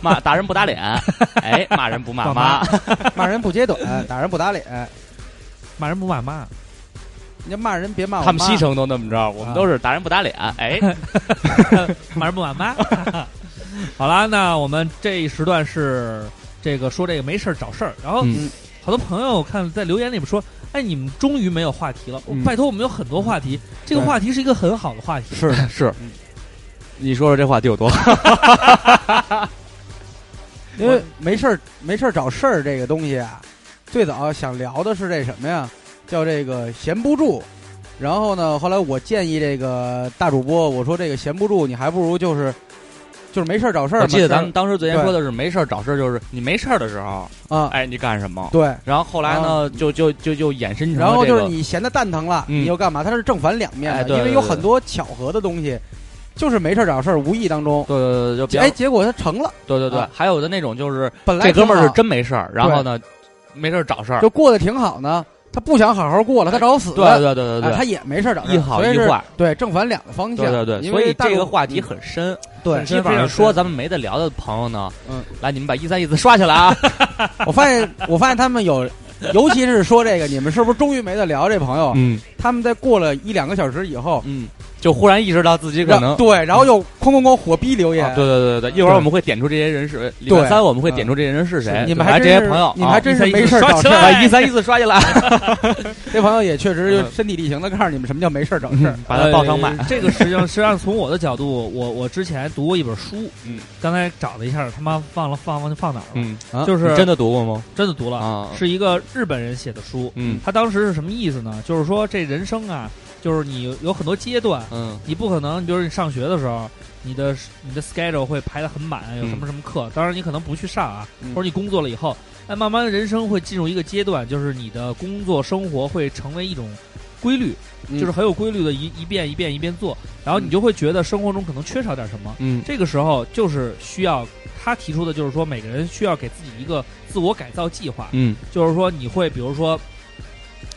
骂打人不打脸，哎，骂人不骂妈，
骂人不揭短，打人不打脸，
骂人不骂 妈，
你这骂人别骂我
他们
妈啊
西城都那么着，我们都是打人不打脸， 哎，
骂人不骂妈。 好啦，那我们这一时段是这个说这个没事儿找事儿，然后
嗯
好多朋友看在留言里面说：“哎，你们终于没有话题了！
嗯
拜托，我们有很多话题，这个话题是一个很好的话题。
是的，是。你说说这话题有多好？
因为没事儿没事儿找事儿这个东西啊，最早想聊的是这什么呀？叫这个闲不住。然后呢，后来我建议这个大主播，我说这个闲不住，你还不如就是就是没事儿找事儿嘛。
我记得
事儿
咱们当时最先
对
说的是没事儿找事儿，就是你没事儿的时候，
啊，
哎，你干什么？
对。
然后后来呢，就就就就衍生成了
然后就是
这个
你闲的蛋疼了，
嗯
你又干嘛？它是正反两面的，
哎对
因为
对
有
对
很多巧合的东西，就是没事儿找事儿，无意当中，
对对对，就比较
哎，结果它成了。
对对对
啊，
还有的那种就是
本来
这哥们儿
挺
是
好
真没事儿，然后呢，没事儿找事儿，
就过得挺好呢，他不想好好过了，他找死
对
了，
对对对
哎他
对，
也没事儿找事儿
一好
所以
一
是
坏，
对正反两个方向。
对对对，
因
所
为
以
大
这
主
个话题很深，
对，
深
基本上说咱们没得聊的朋友呢，
嗯，
来你们把一三一四刷起来啊，
我发现我发现他们有，尤其是说这个，你们是不是终于没得聊这朋友？
嗯
他们在过了一两个小时以后，
嗯，就忽然意识到自己可
然
能
后。对，然后又哐哐哐火逼留言，
啊对对对对，一会儿我们会点出这些人是，礼拜
对
三我们会点出这些人是谁，
你们
还
还
这
真
些
是
朋友，啊
你们还真是
一三一四
没事儿
刷
找事
起
儿。
来
把啊一三一四刷起来，
这朋友也确实
嗯
就身体力行的告诉你们什么叫没事儿找事儿。
把它报上卖
呃。这个实际上实际上从我的角度，我我之前读过一本书，
嗯，
刚才找了一下，他妈忘了放忘放哪儿了，
嗯，
就是
你真的读过吗？
真的读了，
啊，
是一个日本人写的书。
嗯
他当时是什么意思呢？就是说这人生啊，就是你有很多阶段，
嗯
你不可能，你比如你上学的时候，你的你的 schedule 会排得很满，有什么什么课，当然你可能不去上啊，
嗯
或者你工作了以后，哎，慢慢人生会进入一个阶段，就是你的工作生活会成为一种规律，
嗯
就是很有规律的一一遍一遍一遍做，然后你就会觉得生活中可能缺少点什么，
嗯
这个时候就是需要他提出的，就是说每个人需要给自己一个自我改造计划，
嗯
就是说你会比如说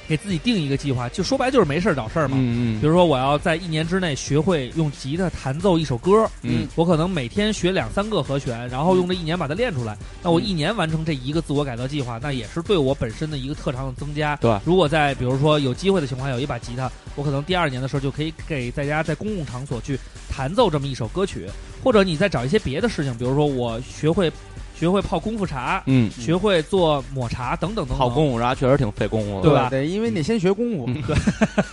给自己定一个计划，就说白了就是没事儿找事儿嘛。
嗯
比如说，我要在一年之内学会用吉他弹奏一首歌，
嗯，
我可能每天学两三个和弦，然后用这一年把它练出来。那
嗯
我一年完成这一个自我改造计划，那也是对我本身的一个特长的增加。
对
如果在比如说有机会的情况下有一把吉他，我可能第二年的时候就可以给大家在公共场所去弹奏这么一首歌曲，或者你再找一些别的事情，比如说我学会学会泡功夫茶，
嗯，
学会做抹茶等等等等。
好功夫啥确实挺费功夫的，
对 吧
对，因为你得先学功夫，
嗯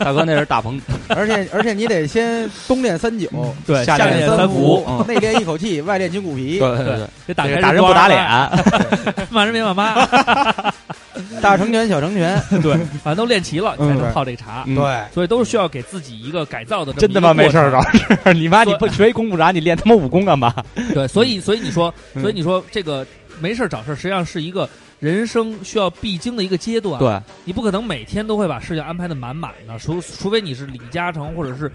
大哥那是大鹏，
而且而且你得先冬练三九，
嗯
对
夏
夏
练
练
三
三
伏
伏，
嗯
内练一口气，外练筋骨皮。
对
对，这打
这
开
个打人不打， 脸，啊
骂人别骂妈。
大成拳、小成拳，
对， 反正都练齐了才能
嗯
泡这个茶，
嗯
对，
所以都是需要给自己一个改造的这么
真
一
他
个
妈没事儿
过
啊找事儿。你妈你不学一功夫啥，你练他妈武功干嘛？
程。对，所以所以你说，
嗯
所以你说这个没事儿找事儿，实际上是一个人生需要必经的一个阶段。，
对，
你不可能每天都会把事情安排的满满的，除除非你是李嘉诚或者是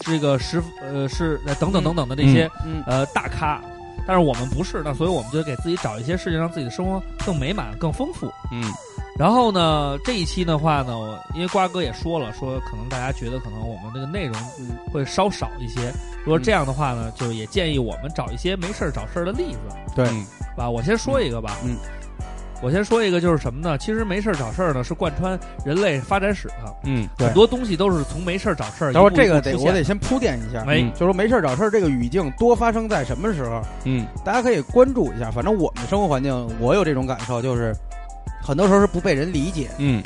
这个石呃是呃等等等等的这些、
嗯，
呃大咖。但是我们不是，那所以我们就给自己找一些事情，让自己的生活更美满、更丰富。
嗯
然后呢，这一期的话呢，我因为瓜哥也说了，说可能大家觉得可能我们这个内容呃
嗯
会稍少一些。如果这样的话呢，就是也建议我们找一些没事儿找事儿的例子，
对
嗯
吧？我先说一个吧，
嗯，
我先说一个就是什么呢？其实没事儿找事儿呢是贯穿人类发展史的，
嗯，
对
很多东西都是从没事儿找事儿。
等会儿这个
一
得
步一步出
我
现
得先铺垫一下，
哎，
嗯
就说没事儿找事儿这个语境多发生在什么时候？
嗯，
大家可以关注一下。反正我们生活环境，我有这种感受，就是很多时候是不被人理解，
嗯，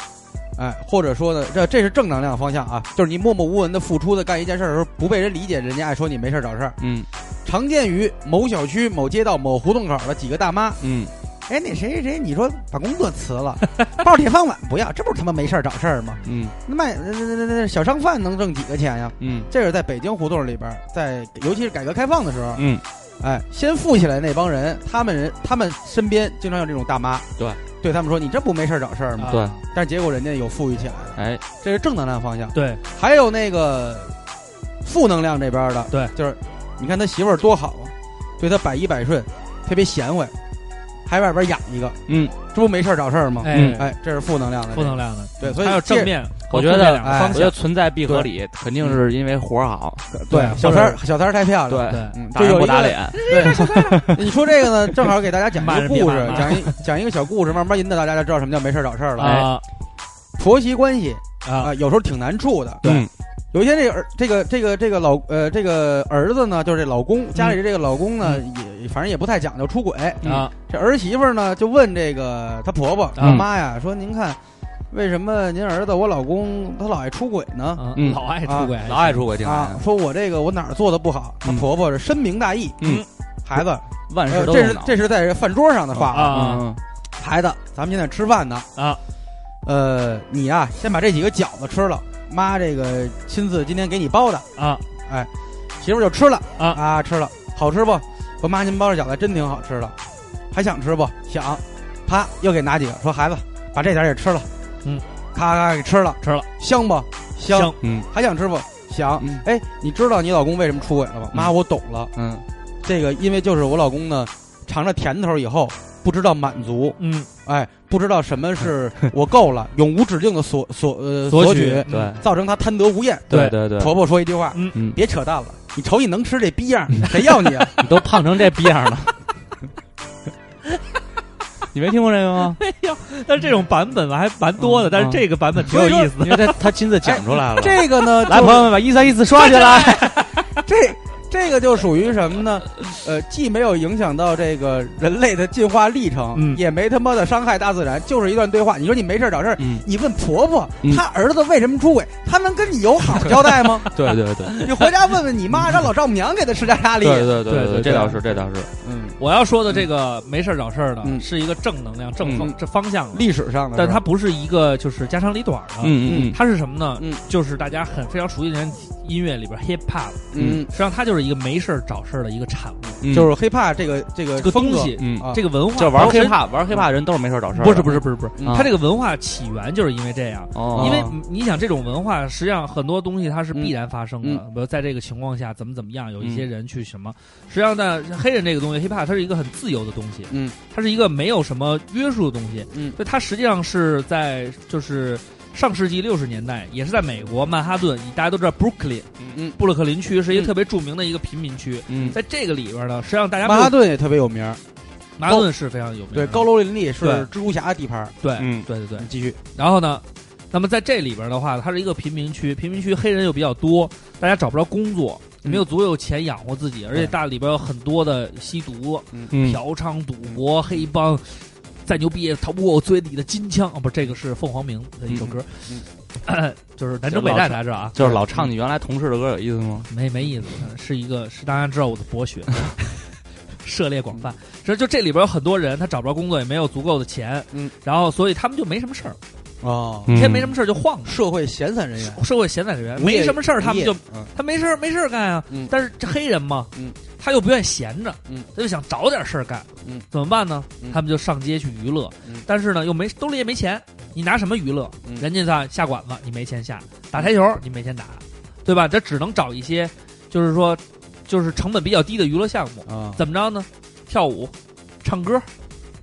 哎，或者说呢，这这是正能量方向啊，就是你默默无闻的付出的干一件事儿的时候，不被人理解，人家爱说你没事儿找事儿。
嗯，
常见于某小区、某街道、某胡同口的几个大妈。
嗯，
哎，那谁谁谁，你说把工作辞了，抱着铁饭碗不要，这不是他妈没事儿找事儿吗？
嗯，
那卖那那那那小商贩能挣几个钱呀？
嗯，
这是在北京胡同里边儿，在尤其是改革开放的时候，
嗯，
哎，先富起来那帮人，他们人他们身边经常有这种大妈，
对，
对他们说你这不没事儿找事儿吗？
啊
对
但是结果人家有富裕起来了，
哎，
这是正能量方向。
对
还有那个负能量这边的，
对，
就是你看他媳妇儿多好啊，对他百依百顺，特别贤惠，还外边养一个，
嗯，
这不没事儿找事儿吗？
哎
哎，这是负能量的，
负能量的，嗯
对，所以
还有
借
正面，
我觉得
和负面两个
哎
方
我觉
向
得存在必合理，肯定是因为活儿好，
对
对
小
或者
三儿小三儿太漂亮，
对，
对。
嗯，
打
就
人
有
不
一
打
个
脸，
对，你说这个呢，正好给大家讲
骂
一个
人别
故
骂
事，
骂
讲一讲一个小故事，慢慢引导大家就知道什么叫没事儿找事儿了。
啊
婆媳关系啊、
啊
有时候挺难处的。
对
嗯，有一些这个儿，这个这个这个老呃这个儿子呢，就是这老公家里这个老公呢，也反正也不太讲究出轨。
啊
这儿媳妇儿呢，就问这个她婆婆
嗯
妈呀，说您看，为什么您儿子我老公他老爱出轨呢？
啊
嗯！
老爱出轨，
老爱出轨，挺爱
啊，说我这个我哪儿做的不好？她
嗯
婆婆是深明大义，
嗯，
孩子，
万
呃
事都
这
有
是
脑。
这是在饭桌上的话啊
啊
嗯
孩子，咱们现在吃饭呢
啊，
呃，你呀、先把这几个饺子吃了，妈这个亲自今天给你包的，
啊
媳妇儿就吃了
啊
吃了，好吃不？我妈您包这饺子真挺好吃的，还想吃不？想，啪又给拿几个，说孩子把这点儿也吃了，
嗯，
咔咔给吃了，
吃了，
香不？香，
香
嗯
还想吃不？想
嗯，
哎、你知道你老公为什么出轨了吗？妈，我懂了，
嗯
这个因为就是我老公呢尝了甜头以后不知道满足，
嗯，
哎，不知道什 么是我够了，永无止境的索索呃
索取
取，
对
造成他贪得无厌。
对对对，
婆婆说一句话
嗯
嗯：“
别扯淡了，你瞅你能吃这逼样儿，谁要你 啊
你都胖成这逼样了，你没听过这个吗？
但是这种版本吧还蛮多的，但是这个版本挺有意思的。
因为他他亲自讲出来？”了。
这个呢，
来，
就
朋友们，把一三一四刷起来。
这这个就属于什么呢？呃，既没有影响到这个人类的进化历程，
嗯
也没他妈的伤害大自然，就是一段对话。你说你没事儿找事儿，
嗯，
你问婆婆
嗯
她儿子为什么出轨，她能跟你友好交代吗？
对对对
你回家问问你妈，让老丈母娘给她施加压力。
对对对
对对
这倒是这倒是。
嗯，嗯
我要说的这个没事儿找事儿的，
嗯
是一个正能量、正方
嗯
这方向的，
历史上的是吧，
但它不是一个就是家长里短的，
嗯嗯
它是什么呢？
嗯
就是大家很非常熟悉的音乐里边 hip hop，
嗯，
实际上它就是一个没事儿找事儿的一个产物，
嗯，
就是 hiphop 这个这个
这个
风
东
格，
西，
嗯
啊
这个文化，
这玩
包括
hiphop 玩 hiphop 人都是没事找事儿的，
不是不是不是不是，
嗯
它这个文化起源就是因为这样。
哦，
因为你想，这种文化实际上很多东西它是必然发生的，
嗯
比如在这个情况下怎么怎么样，有一些人去什么。实际上呢，黑人这个东西，hiphop 它是一个很自由的东西，
嗯，
它是一个没有什么约束的东西，
嗯
所以它实际上是在就是上世纪六十年代，也是在美国曼哈顿，大家都知道 Brooklyn，
嗯
布鲁克林区是一个
嗯
特别著名的一个贫民区，
嗯
在这个里边呢，实际上大家
曼哈顿也特别有名儿，
曼哈顿是非常有名的，
对，高楼林立是
对
蜘蛛侠地盘儿。
对
嗯
对对对，
你继续，
然后呢，那么在这里边的话，它是一个贫民区，贫民区黑人又比较多，大家找不着工作，
嗯
没有足够钱养活自己，而且大里边有很多的吸毒、
嗯
嫖娼、赌博、黑帮。再牛逼也逃不过我嘴里的金枪啊！不，这个是凤凰鸣的一首歌，
嗯
就是南征北战，大家知道啊？
就是老唱你原来同事的歌有意思吗？
没没意思，是一个是大家知道我的博学， 涉猎广泛。
嗯
其实就这里边有很多人，他找不着工作，也没有足够的钱，
嗯，
然后所以他们就没什么事儿，
哦，
天天没什么事儿就晃荡。
社会闲散人员，
社会闲散人员，
无业
没什么事儿，他们就
无业嗯
他没事儿没事儿干啊。
嗯
但是这黑人嘛，
嗯
他又不愿意闲着，
嗯
他就想找点事儿干，
嗯
怎么办呢？
嗯
他们就上街去娱乐，
嗯
但是呢又没兜里也没钱，你拿什么娱乐？
嗯
人家在下馆子你没钱下，打台球你没钱打，对吧？这只能找一些就是说就是成本比较低的娱乐项目，
啊，
怎么着呢？跳舞、唱歌，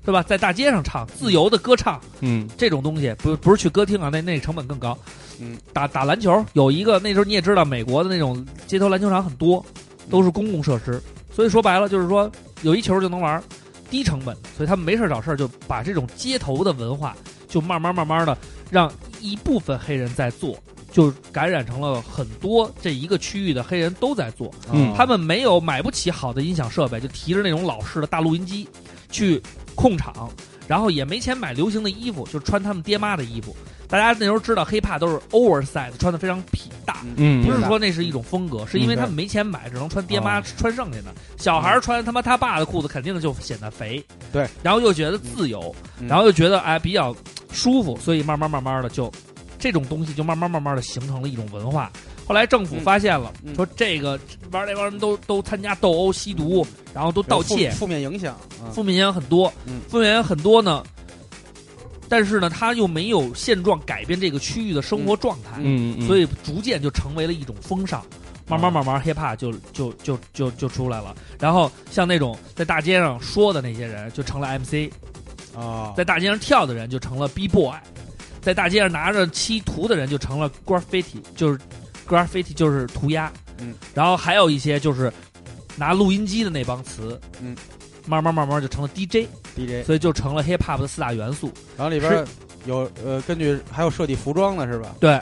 对吧？在大街上唱，自由的歌唱。
嗯
这种东西不不是去歌厅啊，那那成本更高。
嗯，
打打篮球有一个那时候你也知道，美国的那种街头篮球场很多，都是公共设施，所以说白了就是说有一球就能玩，低成本，所以他们没事找事儿就把这种街头的文化就慢慢慢慢的让一部分黑人在做。就感染成了很多这一个区域的黑人都在做，
嗯
他们没有买不起好的音响设备，就提着那种老式的大录音机去控场，然后也没钱买流行的衣服，就穿他们爹妈的衣服。大家那时候知道 hiphop 都是 oversize，穿的非常皮大，
嗯
不是说那是一种风格，是因为他们没钱买，只能穿爹
哦
妈穿剩下的。小孩儿穿他妈他爸的裤子，肯定就显得肥。
对，
然后又觉得自由，
嗯
然后又觉得哎比较舒服，所以慢慢慢慢的就这种东西就慢慢慢慢的形成了一种文化。后来政府发现了，
嗯嗯
说这个玩这帮人都都参加斗殴、吸毒，然后都盗窃
有，负负面影响，啊
负面影响很多，
嗯
负面影响很多呢。但是呢，他又没有现状改变这个区域的生活状态，
嗯嗯，
所
以
以逐渐就成为了一种风尚，慢慢慢慢 hiphop 就就就就就出来了。然后像那种在大街上说的那些人，就成了 MC；
啊，
在大街上跳的人，就成了 B boy；在大街上拿着漆涂的人，就成了 graffiti，就是 graffiti 就是涂鸦。
嗯，
然后还有一些就是拿录音机的那帮词，
嗯，
慢慢慢慢就成了 DJ，
DJ，
所以就成了 hiphop 的四大元素。
然后里边儿有呃，根据还有设计服装的是吧？
对，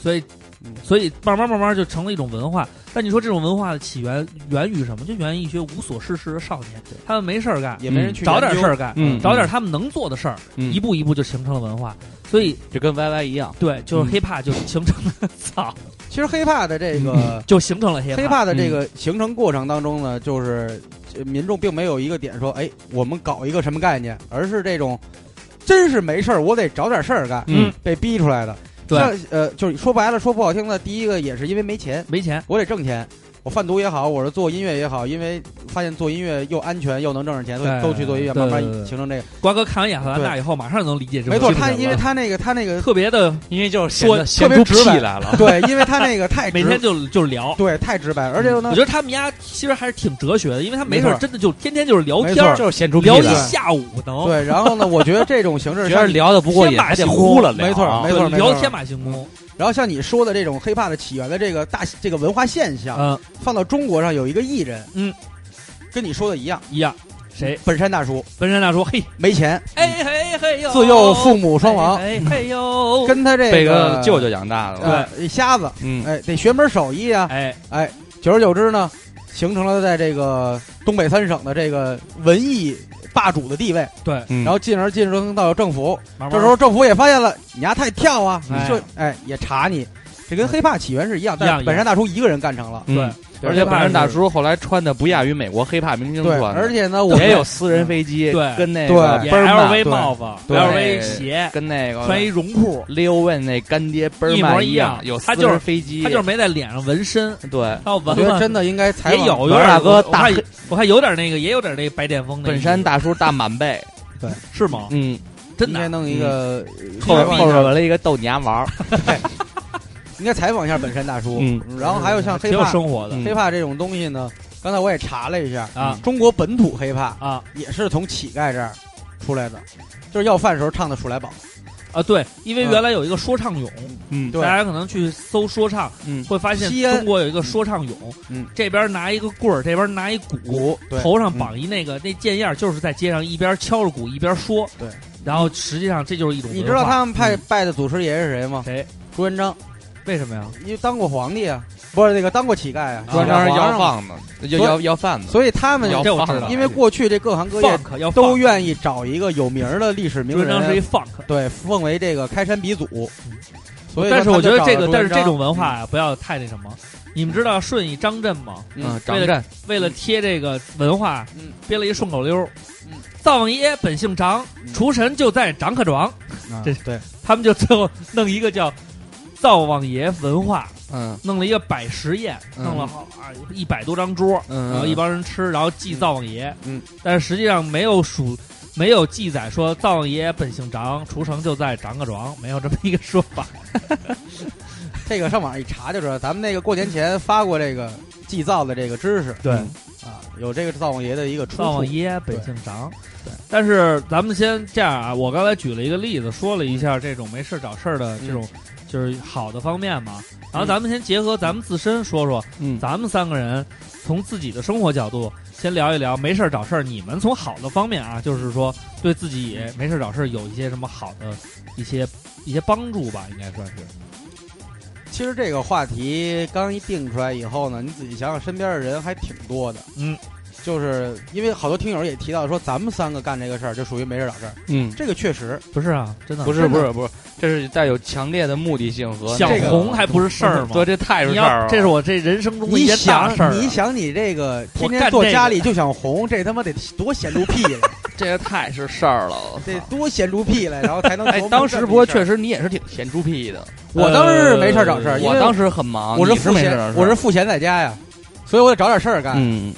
所以
嗯
所以慢慢慢慢就成了一种文化。但你说这种文化的起源源于什么？就源于一些无所事事的少年，他们没事儿干，
也没人
嗯
去
找
研
点
究
事儿干，
嗯
找点他们能做的事儿，
嗯
一步一步就形成了文化。
嗯
所以，
就跟 YY 一样，
对，就是
嗯
hiphop 就形成了， 操，
其实 hiphop 的这个
就形成了 hiphop。
hiphop 的这个
嗯
形成过程当中呢，就是呃民众并没有一个点说，哎，我们搞一个什么概念，而是这种真是没事儿，我得找点事儿干，
嗯
被逼出来的。
对
像，呃，就是说白了，说不好听的，第一个也是因为没钱，
没钱，
我得挣钱。我贩毒也好，我是做音乐也好，因为发现做音乐又安全又能挣着钱，所以
对
都去做音乐，
对
慢慢
对对
形成这个。
瓜哥看完亚特兰大以后，马上能理解这
没
个
错，
精
他
神了。
因为他那个他 那个
特别的，
因为就是
说
显
特
出
别直
屁
白
来了，
对，因为他那个太
每
直，
天嗯就就聊。
对太直白，而且呢
我觉，得他们家其实还是挺哲学的，因为他没事
没
儿
错
真的就天天就是聊
没
天儿，
错
就是显出屁
聊
来
一
了，
下午能。
对，然后呢，我觉得这种形式
觉得
像你
聊的不过瘾，
天马
还得
行
呼
空
了啊
没错
聊
没错
对聊
错
天马行空。
然后像你说的这种 hiphop 的起源的这个大这个文化现象，
嗯，
放到中国上有一个艺人，
嗯，
跟你说的一样，
一样。谁？
本山大叔
本山大叔，嘿，
没钱，
哎嘿嘿哟，
嗯自幼父嗯母双亡，
哎嘿嘿哟，
跟他这
被
个
个舅舅养大了，
呃瞎子，
嗯
哎，得学门手艺啊，
哎，
哎，久而久之呢，形成了在这个东北三省的这个文艺霸主的地位，
对，
嗯，
哎然后进而进入到政府，
慢慢
这时候政府也发现了，你丫太跳啊，
哎
你就哎也查你，这跟黑怕起源是一样，但
一样
是本山大叔一个人干成了。
嗯
对
对
而且
黑
本
怕
人大
是
叔后来穿的不亚于美国黑怕明星
对，
穿的，
而且呢，我
也有私人飞机，
对
跟那
对
个
也
Burman-
LV
对嗯
帽子
对
，LV 鞋，
跟那个
穿一绒裤，
Leo Win 那干爹倍儿
一模
慢
一
样
样，
有
他
私
就是
人飞机，
他就是没在脸上纹身，
对
他要
我
纹
觉得
了
真的应该采
也
访
有有点
王大哥
我
大
我还
黑
我还有点那个，也有点那个白癜风那
本
意思
山大叔大满背，
是吗？
嗯，
真
应
的
该
啊，
弄一个呃
后
采
边
访一
后边
下
纹了一个豆芽 丸儿，
应该采访一下本山大叔。
嗯
然后还有像
挺
黑
有
怕
生活的
嗯
黑怕这种东西呢，刚才我也查了一下
啊
中国本土黑怕
啊
也是从乞丐这儿出来的，就是要饭时候唱的《鼠来宝》。
啊！对，因为
嗯
原来有一个说唱俑，
嗯
对
大家可能去搜说唱，
嗯
会发现
西安
中国有一个说唱俑，
嗯，
这边拿一个棍儿，这边拿一鼓，
鼓对
头上绑一那个那剑燕儿，就是在街上一边敲着鼓一边说，
对，
然后实际上这就是一种
你
文
知道
化
他们派拜的祖师爷是谁吗？
嗯谁
朱元璋，
为什么呀？
因为当过皇帝啊，不是那个当过乞丐啊，
专
当
门
是
要饭的，要要要饭的，
所以他们
要
这我
放
知道
的
因为过去这各行各业
funk 要
都
funk
愿意找一个有名儿的历史名
朱元璋是一
人，啊
funk，
对，奉为这个开山鼻祖。所以说
但是我觉得这个，
他们就找了朱元璋嗯
但是这种文化呀，不要太那什么。你们知道顺义张震吗？
嗯，
为
张
了
震
为了贴这个文化，
嗯
编了一顺口溜儿
嗯。
灶王爷本姓张，
嗯
厨神就在张客庄。
啊
嗯这
对
他们就最后弄一个叫灶王爷文化，
嗯
弄了一个百食宴，
嗯
弄了好啊一百多张桌，
嗯，
然后一帮人吃，然后祭灶王爷。
嗯，
但是实际上没有属。没有记载说灶王爷本姓张，厨神就在张各庄，没有这么一个说法。
这个上网上一查就知道，咱们那个过年前发过这个祭灶的这个知识
对
啊，有这个灶王爷的一个出
灶王
处。
爷本姓张，
对
但是咱们先这样啊，我刚才举了一个例子，说了一下这种没事找事儿的这种就是好的方面嘛。然后咱们先结合咱们自身说说，
嗯
咱们三个人从自己的生活角度先聊一聊没事儿找事儿。你们从好的方面啊，就是说对自己没事儿找事儿有一些什么好的一些一些帮助吧，应该算是。
其实这个话题刚一定出来以后呢，你仔细想想，身边的人还挺多的。
嗯，
就是因为好多听友也提到说，咱们三个干这个事儿就属于没事儿找事儿，
嗯，
这个确实
不是啊，真的
不
是
是不是不是，这是带有强烈的目的性和
想
那个
红还不是事儿吗？
对，这太是
你
事儿
要
了，
这是我这人生中的一
你
件大
想
事儿啊、
你想你这个天
我干
天坐
这个
家里就想红，这他妈得多显露屁来，
这也太是事儿了。我
得
操
多显露屁来，然后才能。
哎，当时不过确，实你也是挺闲猪屁的，
我当时没事儿找事儿，
呃
因为
我当时很忙，
我
你是
赋
没事
闲
儿，
我是赋闲在家呀，所以我得找点事儿干。
嗯，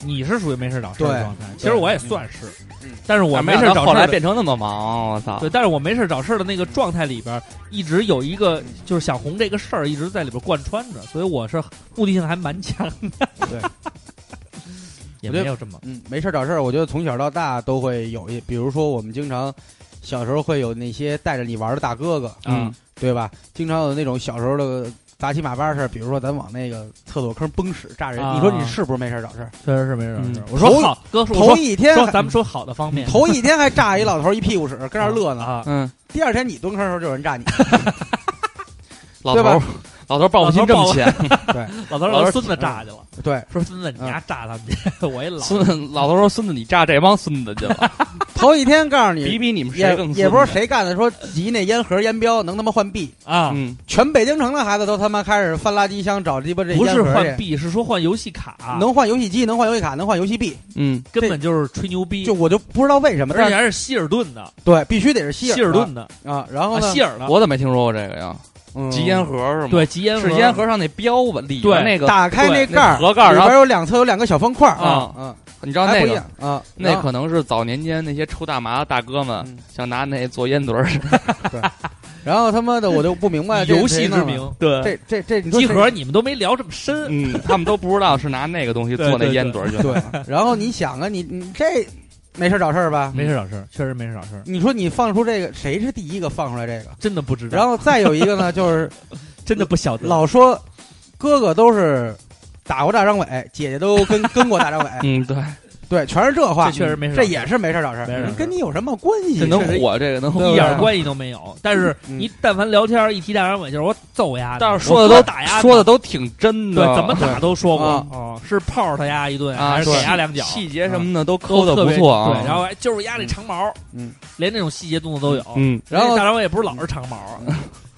你是属于没事找事儿的
对
状态，其实我也算是，
嗯
但是我
但
没
没
事
想到
找事
后
儿
来
的，
变成那么忙，我操！
对，但是我没事找事儿的那个状态里边儿，一直有一个就是想红这个事儿一直在里边贯穿着，所以我是目的性还蛮强的，
对，
也没有这么
嗯，没事儿找事儿，我觉得从小到大都会有一，比如说我们经常小时候会有那些带着你玩儿的大哥哥，
啊
嗯，
对吧？经常有那种小时候的杂七马八事儿，比如说咱往那个厕所坑崩屎炸人，
啊
你说你是不是没事儿找事儿？
确实是没事找事儿
嗯。
我说
头
好，哥，我
头
说
一天
说
还
咱们说好的方面，
头一天还炸一老头一屁股屎，跟那儿乐呢。
啊，
嗯，
第二天你蹲坑的时候就有人炸你，
啊老
对
头
吧
儿，老头儿报复心这么浅，
老头儿嗯
老头
老
儿
孙子炸去了，
对，
说孙子你
嗯
丫炸他们去， 我也老
孙子老头儿说孙子你炸这帮孙子去 了，
头一天告诉
比
你。
比你们
也
谁更孙子啊
也不知道谁干的，说集那烟盒烟标能他妈换币，
啊，
嗯
全北京城的孩子都他妈开始翻垃圾箱找鸡巴这
不
烟
是
盒
换
去，
币，是说换游戏
啊
卡，
能换游戏机，能换游戏卡，能换游戏币，
嗯，
根本就是吹牛逼
就，我就不知道为什么，
而
但
且
是
啊
还是希尔顿的，
对，必须得是希
希尔
尔
顿的
的啊。然后
啊，
呢，
希尔的，
我怎么没听说过这个呀？
嗯
集烟盒是吗？，
对集烟
是烟盒上那标吧，里
对
边那个，
打开那盖儿，
对那盒盖儿
里
然后
边有两侧有两个小方块儿
啊
嗯，
你知道
嗯还
那
不一
个
样。啊，
那
然后
可能是早年间那些抽大麻的大哥们
嗯
想拿那做烟嘴儿，
然后他妈的我就不 明白这
游戏
谁弄
之
的，
名。
对，
这这这你说
集
这
合你们都没聊这么深，
嗯，他们都不知道是拿那个东西做那
对对
烟嘴儿去了，
对，然后你想啊，你你这没事儿找事儿吧？
没事找事儿，确实没事找事儿，
你说你放出这个，谁是第一个放出来这个？
真的不知道，
然后再有一个呢， 就是
真的不晓得。
老说哥哥都是打过大张伟，姐姐都 跟跟过大张伟，
嗯，对，
对，全是这话
这。确实没事，
这也是没事儿找事
没事儿找
儿
事，儿
跟你有什么关系？
这能
确实
火，这个能火
对
一
吧
点关系都没有。但是
嗯
你但凡聊天一提大张伟，就是我揍丫的，
但是
我
说的
哥
都
打丫，
说的都挺真
对
的，，
怎么打都说过
啊
哦，是泡他丫一顿，
啊
还是给
对
丫两脚，
细节什么的都抠
都
的
特
不
别
错啊。
对，然后还就是丫那长毛，
嗯，
连这种细节动作都有。
嗯，
然后
大张伟也不是老是长毛，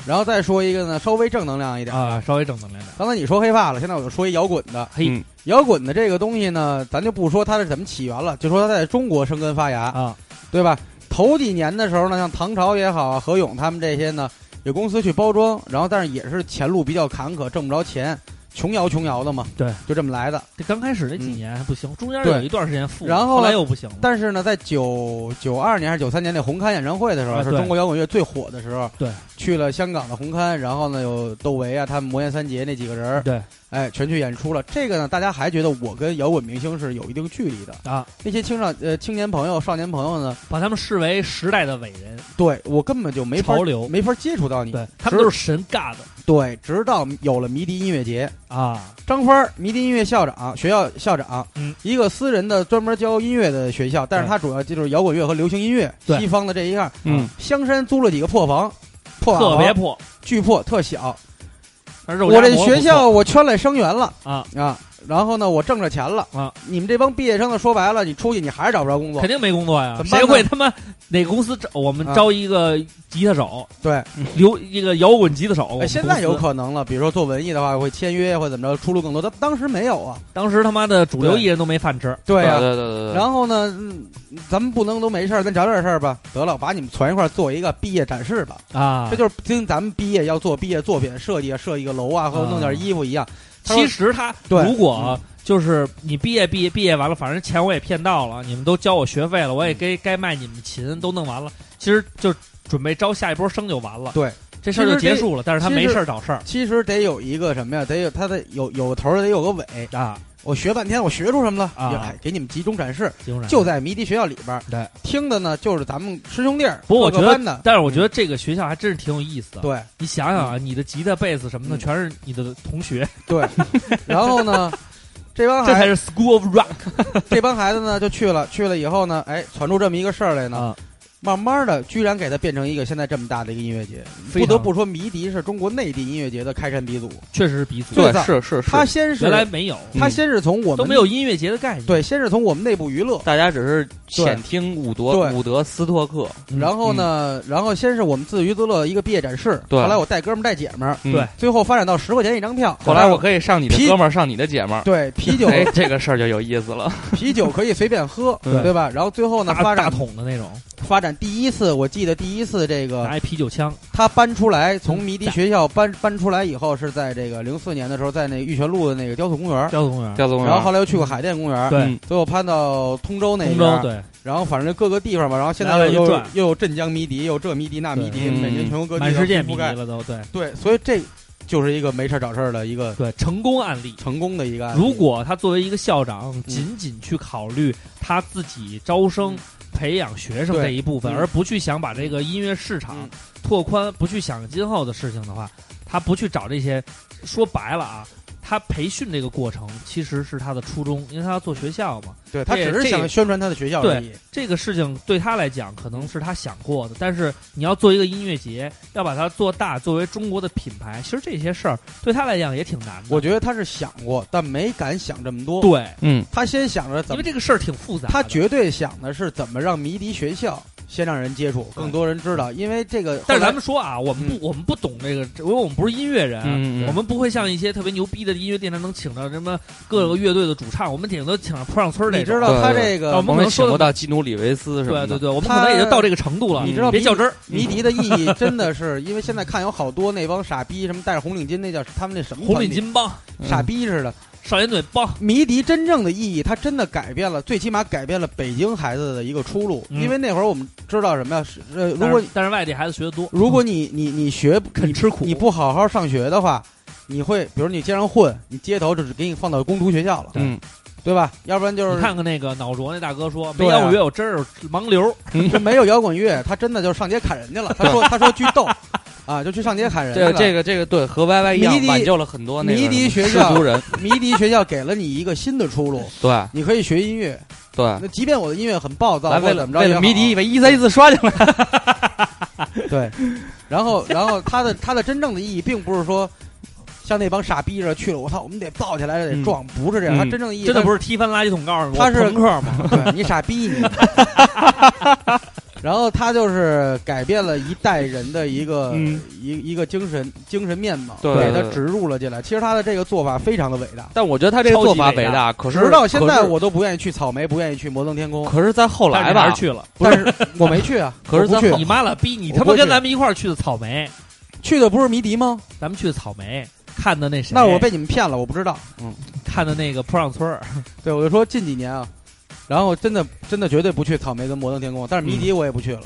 然后再说一个呢，稍微正能量一点。
啊，稍微正能量点。
刚才你说黑怕了，现在我就说一摇滚的。
嘿
嗯
摇滚的这个东西呢，咱就不说它是怎么起源了，就说它在中国生根发芽，
啊，
对吧？头几年的时候呢，像唐朝也好啊，何勇他们这些呢，有公司去包装，然后但是也是前路比较坎坷，挣不着钱，穷摇穷摇的嘛，
对，
就这么来的。
这刚开始那
嗯
几年还不行，中间
对
有一段时间富，
然后
后来
呢
又不行了。
但是呢，在九九二年还是九三年那红磡演唱会的时候，
啊
是
对
中国摇滚乐最火的时候。
对，
去了香港的红磡，然后呢有窦唯啊，他们魔岩三杰那几个人儿，
对
哎，全去演出了。这个呢，大家还觉得我跟摇滚明星是有一定距离的
啊。
那些青少呃青年朋友、少年朋友呢，
把他们视为时代的伟人，
对我根本就没法
潮流
没法接触到你。
对他们都是神尬的
对，直到有了迷笛音乐节，
啊。
张帆儿，迷笛音乐校长，学校校长，
嗯
一个私人的专门教音乐的学校，但是他主要就是摇滚乐和流行音乐，
对
西方的这一样。
嗯，
香山租了几个破房，破瓦
特
房
别破。
巨破，特小。
但是肉夹
我这
馍不
学校我圈来生源了
错啊，
啊，然后呢，我挣着钱了
啊。
你们这帮毕业生呢，说白了，你出去你还是找不着工作
肯。定没工作呀
怎，么办
谁
呢
会他妈哪个公司招我们
啊
招一个吉他手，
对，
留一个摇滚吉他手？我
哎
们
现在
公司
有可能了，比如说做文艺的话，会签约或怎么着，出路更多。但当时没有啊。
当时他妈的主流艺人都没饭吃，
对呀、
对对
然后呢，嗯咱们不能都没事儿，咱找点事儿吧。得了，把你们攒一块儿做一个毕业展示吧。
啊
这，就是跟咱们毕业要做毕业作品设计啊，设一个楼啊，或者弄点衣服一样。他说
其实他
对嗯
如果就是你毕业毕业毕业完了，反正钱我也骗到了，你们都交我学费了，
嗯
我也该该卖你们琴都弄完了，其实就准备招下一波生就完了。
对，
这事儿就结束了。但是他
其
没
实
事儿找事儿
其实得有一个什么呀？得有他得有有头儿，得有个尾。
啊，
我学半天，我学出什么了？
啊
也给你们集中展示，
金融人
就在迷笛学校里边儿。
对，
听的呢就是咱们师兄弟儿，
不过我
各个
觉得
班的
但是我觉得这个学校还真是挺有意思的。
嗯对
你想想啊，你的吉他、贝斯什么的，
嗯
全是你的同学，
对。然后 呢，这帮
这才
孩
是 School of Rock
这帮孩子呢就去了，去了以后呢，哎，传出这么一个事儿来呢，
啊，
慢慢的居然给它变成一个现在这么大的一个音乐节。
非
不得
常
不说，迷笛是中国内地音乐节的开山鼻祖。
确实是鼻祖，
最
对
早
是是是，
他先是
原来没有，
他先是从我
都
们
没有音乐节的概念。
嗯对，先是从我们内部娱乐，
大家只是浅听伍德
对
伍德斯托克，
嗯
然后呢，然后先是我们自娱自乐一个毕业展示，
对
后来我带哥们儿带姐们儿，
嗯
对
最后发展到十块钱一张票。
后来我可以上你的
啤
哥们儿，上你的姐们儿。
对啤酒
哎，这个事儿就有意思了。
啤酒可以随便喝，
对
对吧？然后最后呢，
大
发
大
展
桶的那种，
发展第一次，我记得第一次这个
拿一啤酒枪
他搬出来，从迷笛学校搬搬出来以后，是在这个零四年的时候，在那玉泉路的那个雕塑公园，
交通公园，
调动
然后后来又去过海淀公园，
对，
嗯
最后攀到通州那
通
边，
州对，
然后反正就各个地方吧，然后现在
来回
又
转嗯
又有镇江迷笛，又有这迷笛那迷笛，
对
每天全国各地
满世界
都
迷
覆
迷
盖。
了都，对
对，所以这就是一个没事儿找事儿的一个
对，成功案例。
成功的一个案例。
如果他作为一个校
嗯
长，仅仅去考虑他自己招生、培养学生
对
这一部分，
嗯
而不去想把这个音乐市场
嗯
拓宽，不去想今后的事情的话，他不去找这些，说白了啊。他培训这个过程其实是他的初衷，因为他要做学校嘛。
对他只
哎这
是想宣传他的学校而已，
这个事情对他来讲可能是他想过的，但是你要做一个音乐节，要把它做大，作为中国的品牌，其实这些事儿对他来讲也挺难的。
我觉得他是想过，但没敢想这么多。
对，
嗯，
他先想着
因
怎
为
么，
这个事儿挺复杂的。
他绝对想的是怎么让迷笛学校先让人接触，更多人知道，因为这个。
但是咱
们
们说啊，我们不、我们不懂这个，因为我们不是音乐人，啊
嗯嗯嗯
我们不会像一些特别牛逼的音乐电台能请到什么各个乐队的主唱，我们顶多请上坡上村儿那
你
种。
知道他这
对
对哦
个
我们可
我们
能
请
说的
不到基努里维斯什么
对
的。
对对，我们
他
可能也就到这个程度了。
你知道
别
迷
较真儿，
迷笛的意义真的是，因为现在看有好多那帮傻逼，什么戴着红领巾，那叫他们那什么
红领
团体
巾嗯帮、
嗯
傻逼似的。
少先队帮，
迷笛真正的意义，它真的改变了，最起码改变了北京孩子的一个出路。
嗯
因为那会儿我们知道什么呀？是呃，如
但
果
是但是外地孩子学的多，嗯
如果你你你学
肯
你
吃苦
你不好好上学的话，你会比如你街上混，你街头就是给你放到公读学校了，
嗯，
对吧？要不然就
你
是
看看那个脑浊那大哥说，没
对啊
摇滚乐我真是盲流，
就没有摇滚乐，他真的就上街砍人去 了。他说他说去斗啊，就去上街砍人去
这
了。
这个这个对和 YY 一
迷
样
笛
挽救了很多那个
迷笛学
失
校
足人。
迷笛学校给了你一个新的出路，
对
你可以学音乐。
对，
那即便我的音乐很暴躁，
来
或
为
者
了
怎么着
为
也
了
好
迷笛，以为一三一四刷进来。
对，然后然后他的他的真正的意义，并不是说像那帮傻逼似的去了，我操，我们得造起来得
嗯
撞，不是这样。他
嗯
真正的意义，
真的
他
不是踢翻垃圾桶告诉我
他是
朋克吗？
对你傻逼你。然后他就是改变了一代人的一个、
嗯
一一个精神精神面貌，
对
给
对
他
对
植入了进来。其实他的这个做法非常的伟大，
但我觉得他这个
超级
做法
伟
伟大，可是
直到现在
可是
我都不愿意去草莓，不愿意去摩登天空，
可是，在后
但
来
是你还
吧
是，去了。
但是我没去啊，
可是
我不
咱
去
好
你妈了逼你
我
他
不
妈
去
跟咱们一块儿去的草莓，
去的不是迷笛吗？
咱们去的草莓看的那谁？
那
哎
我被你们骗了，我不知道。
看的那个坡上村儿，
对，我就说近几年啊，然后真的真的绝对不去草莓跟摩登天空，但是迷笛我也不去了。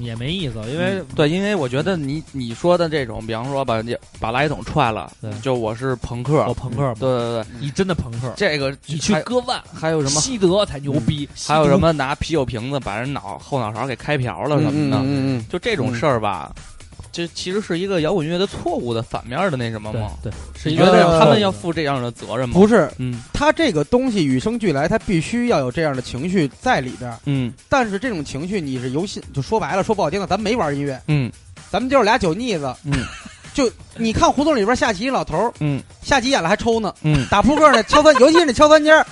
也没意思，因为
对，因为我觉得你你说的这种，比方说把把垃圾桶踹了
对，
就我是朋克
我，朋克嘛，
对对对，
你真的朋克，
这个
你去
还
割腕，
还有什么？
西德才牛逼，
还有
西德
什？么拿啤酒瓶子把人脑后脑勺给开瓢了什么的，
嗯嗯
就这种事儿吧，这其实是一个摇滚乐的错误的反面的那什么
对
吗？
对，是
你
一
觉
个
得
呃
他们要负这样的责任
嗯，
吗？
不是，
嗯
它这个东西与生俱来，它必须要有这样的情绪在里边儿。
嗯
但是这种情绪你是由心，就说白了，说不好听的，咱没玩音乐，
嗯
咱们就是俩酒腻子。
嗯，
就你看胡同里边下棋老头儿，
嗯
下棋眼了还抽呢，
嗯
打扑克呢敲三，尤其是那敲三尖儿，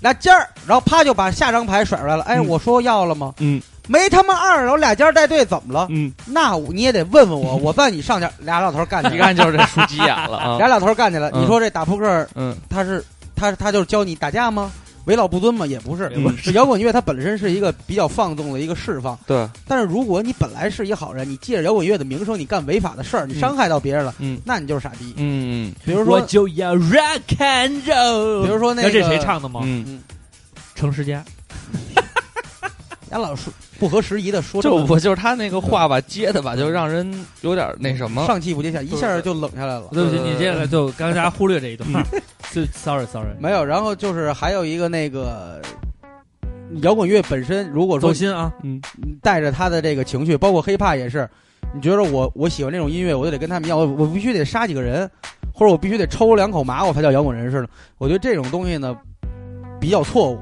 俩尖儿，然后啪就把下张牌甩出来了。哎，
嗯
我说要了吗？
嗯
没他妈二，然后俩尖儿带队怎么了？
嗯，
那我你也得问问我，我在你上家俩老头儿干起
嗯一
来，
看就是这熟鸡眼了
俩
啊，
老头儿干起来。
嗯
你说这打扑克
嗯
他是他他就是教你打架吗？为老不尊吗？也不是，
嗯
是摇滚乐它本身是一个比较放纵的一个释放。
对，
但是如果你本来是一好人，你借着摇滚乐的名声，你干违法的事儿，你伤害到别人了，
嗯
那你就是傻逼。
嗯
比如
我
说，
就要 rock and roll。
比如说那个
你知道这谁唱的吗？
嗯，
程世佳。
俺老说不合时宜的说这
就
么
我就是他那个话吧接的吧，就让人有点那什么，
上气不接下，一下就冷下来了。
对不起，
对
你这个就刚才大家忽略这一段，就 sorry sorry。
没有，然后就是还有一个那个。摇滚乐本身，如果
走
说
心啊，
带着他的这个情绪，包括黑怕也是。你觉得我我喜欢这种音乐，我就得跟他们一样，我我必须得杀几个人，或者我必须得抽两口麻，我才叫摇滚人似的。我觉得这种东西呢比较错误，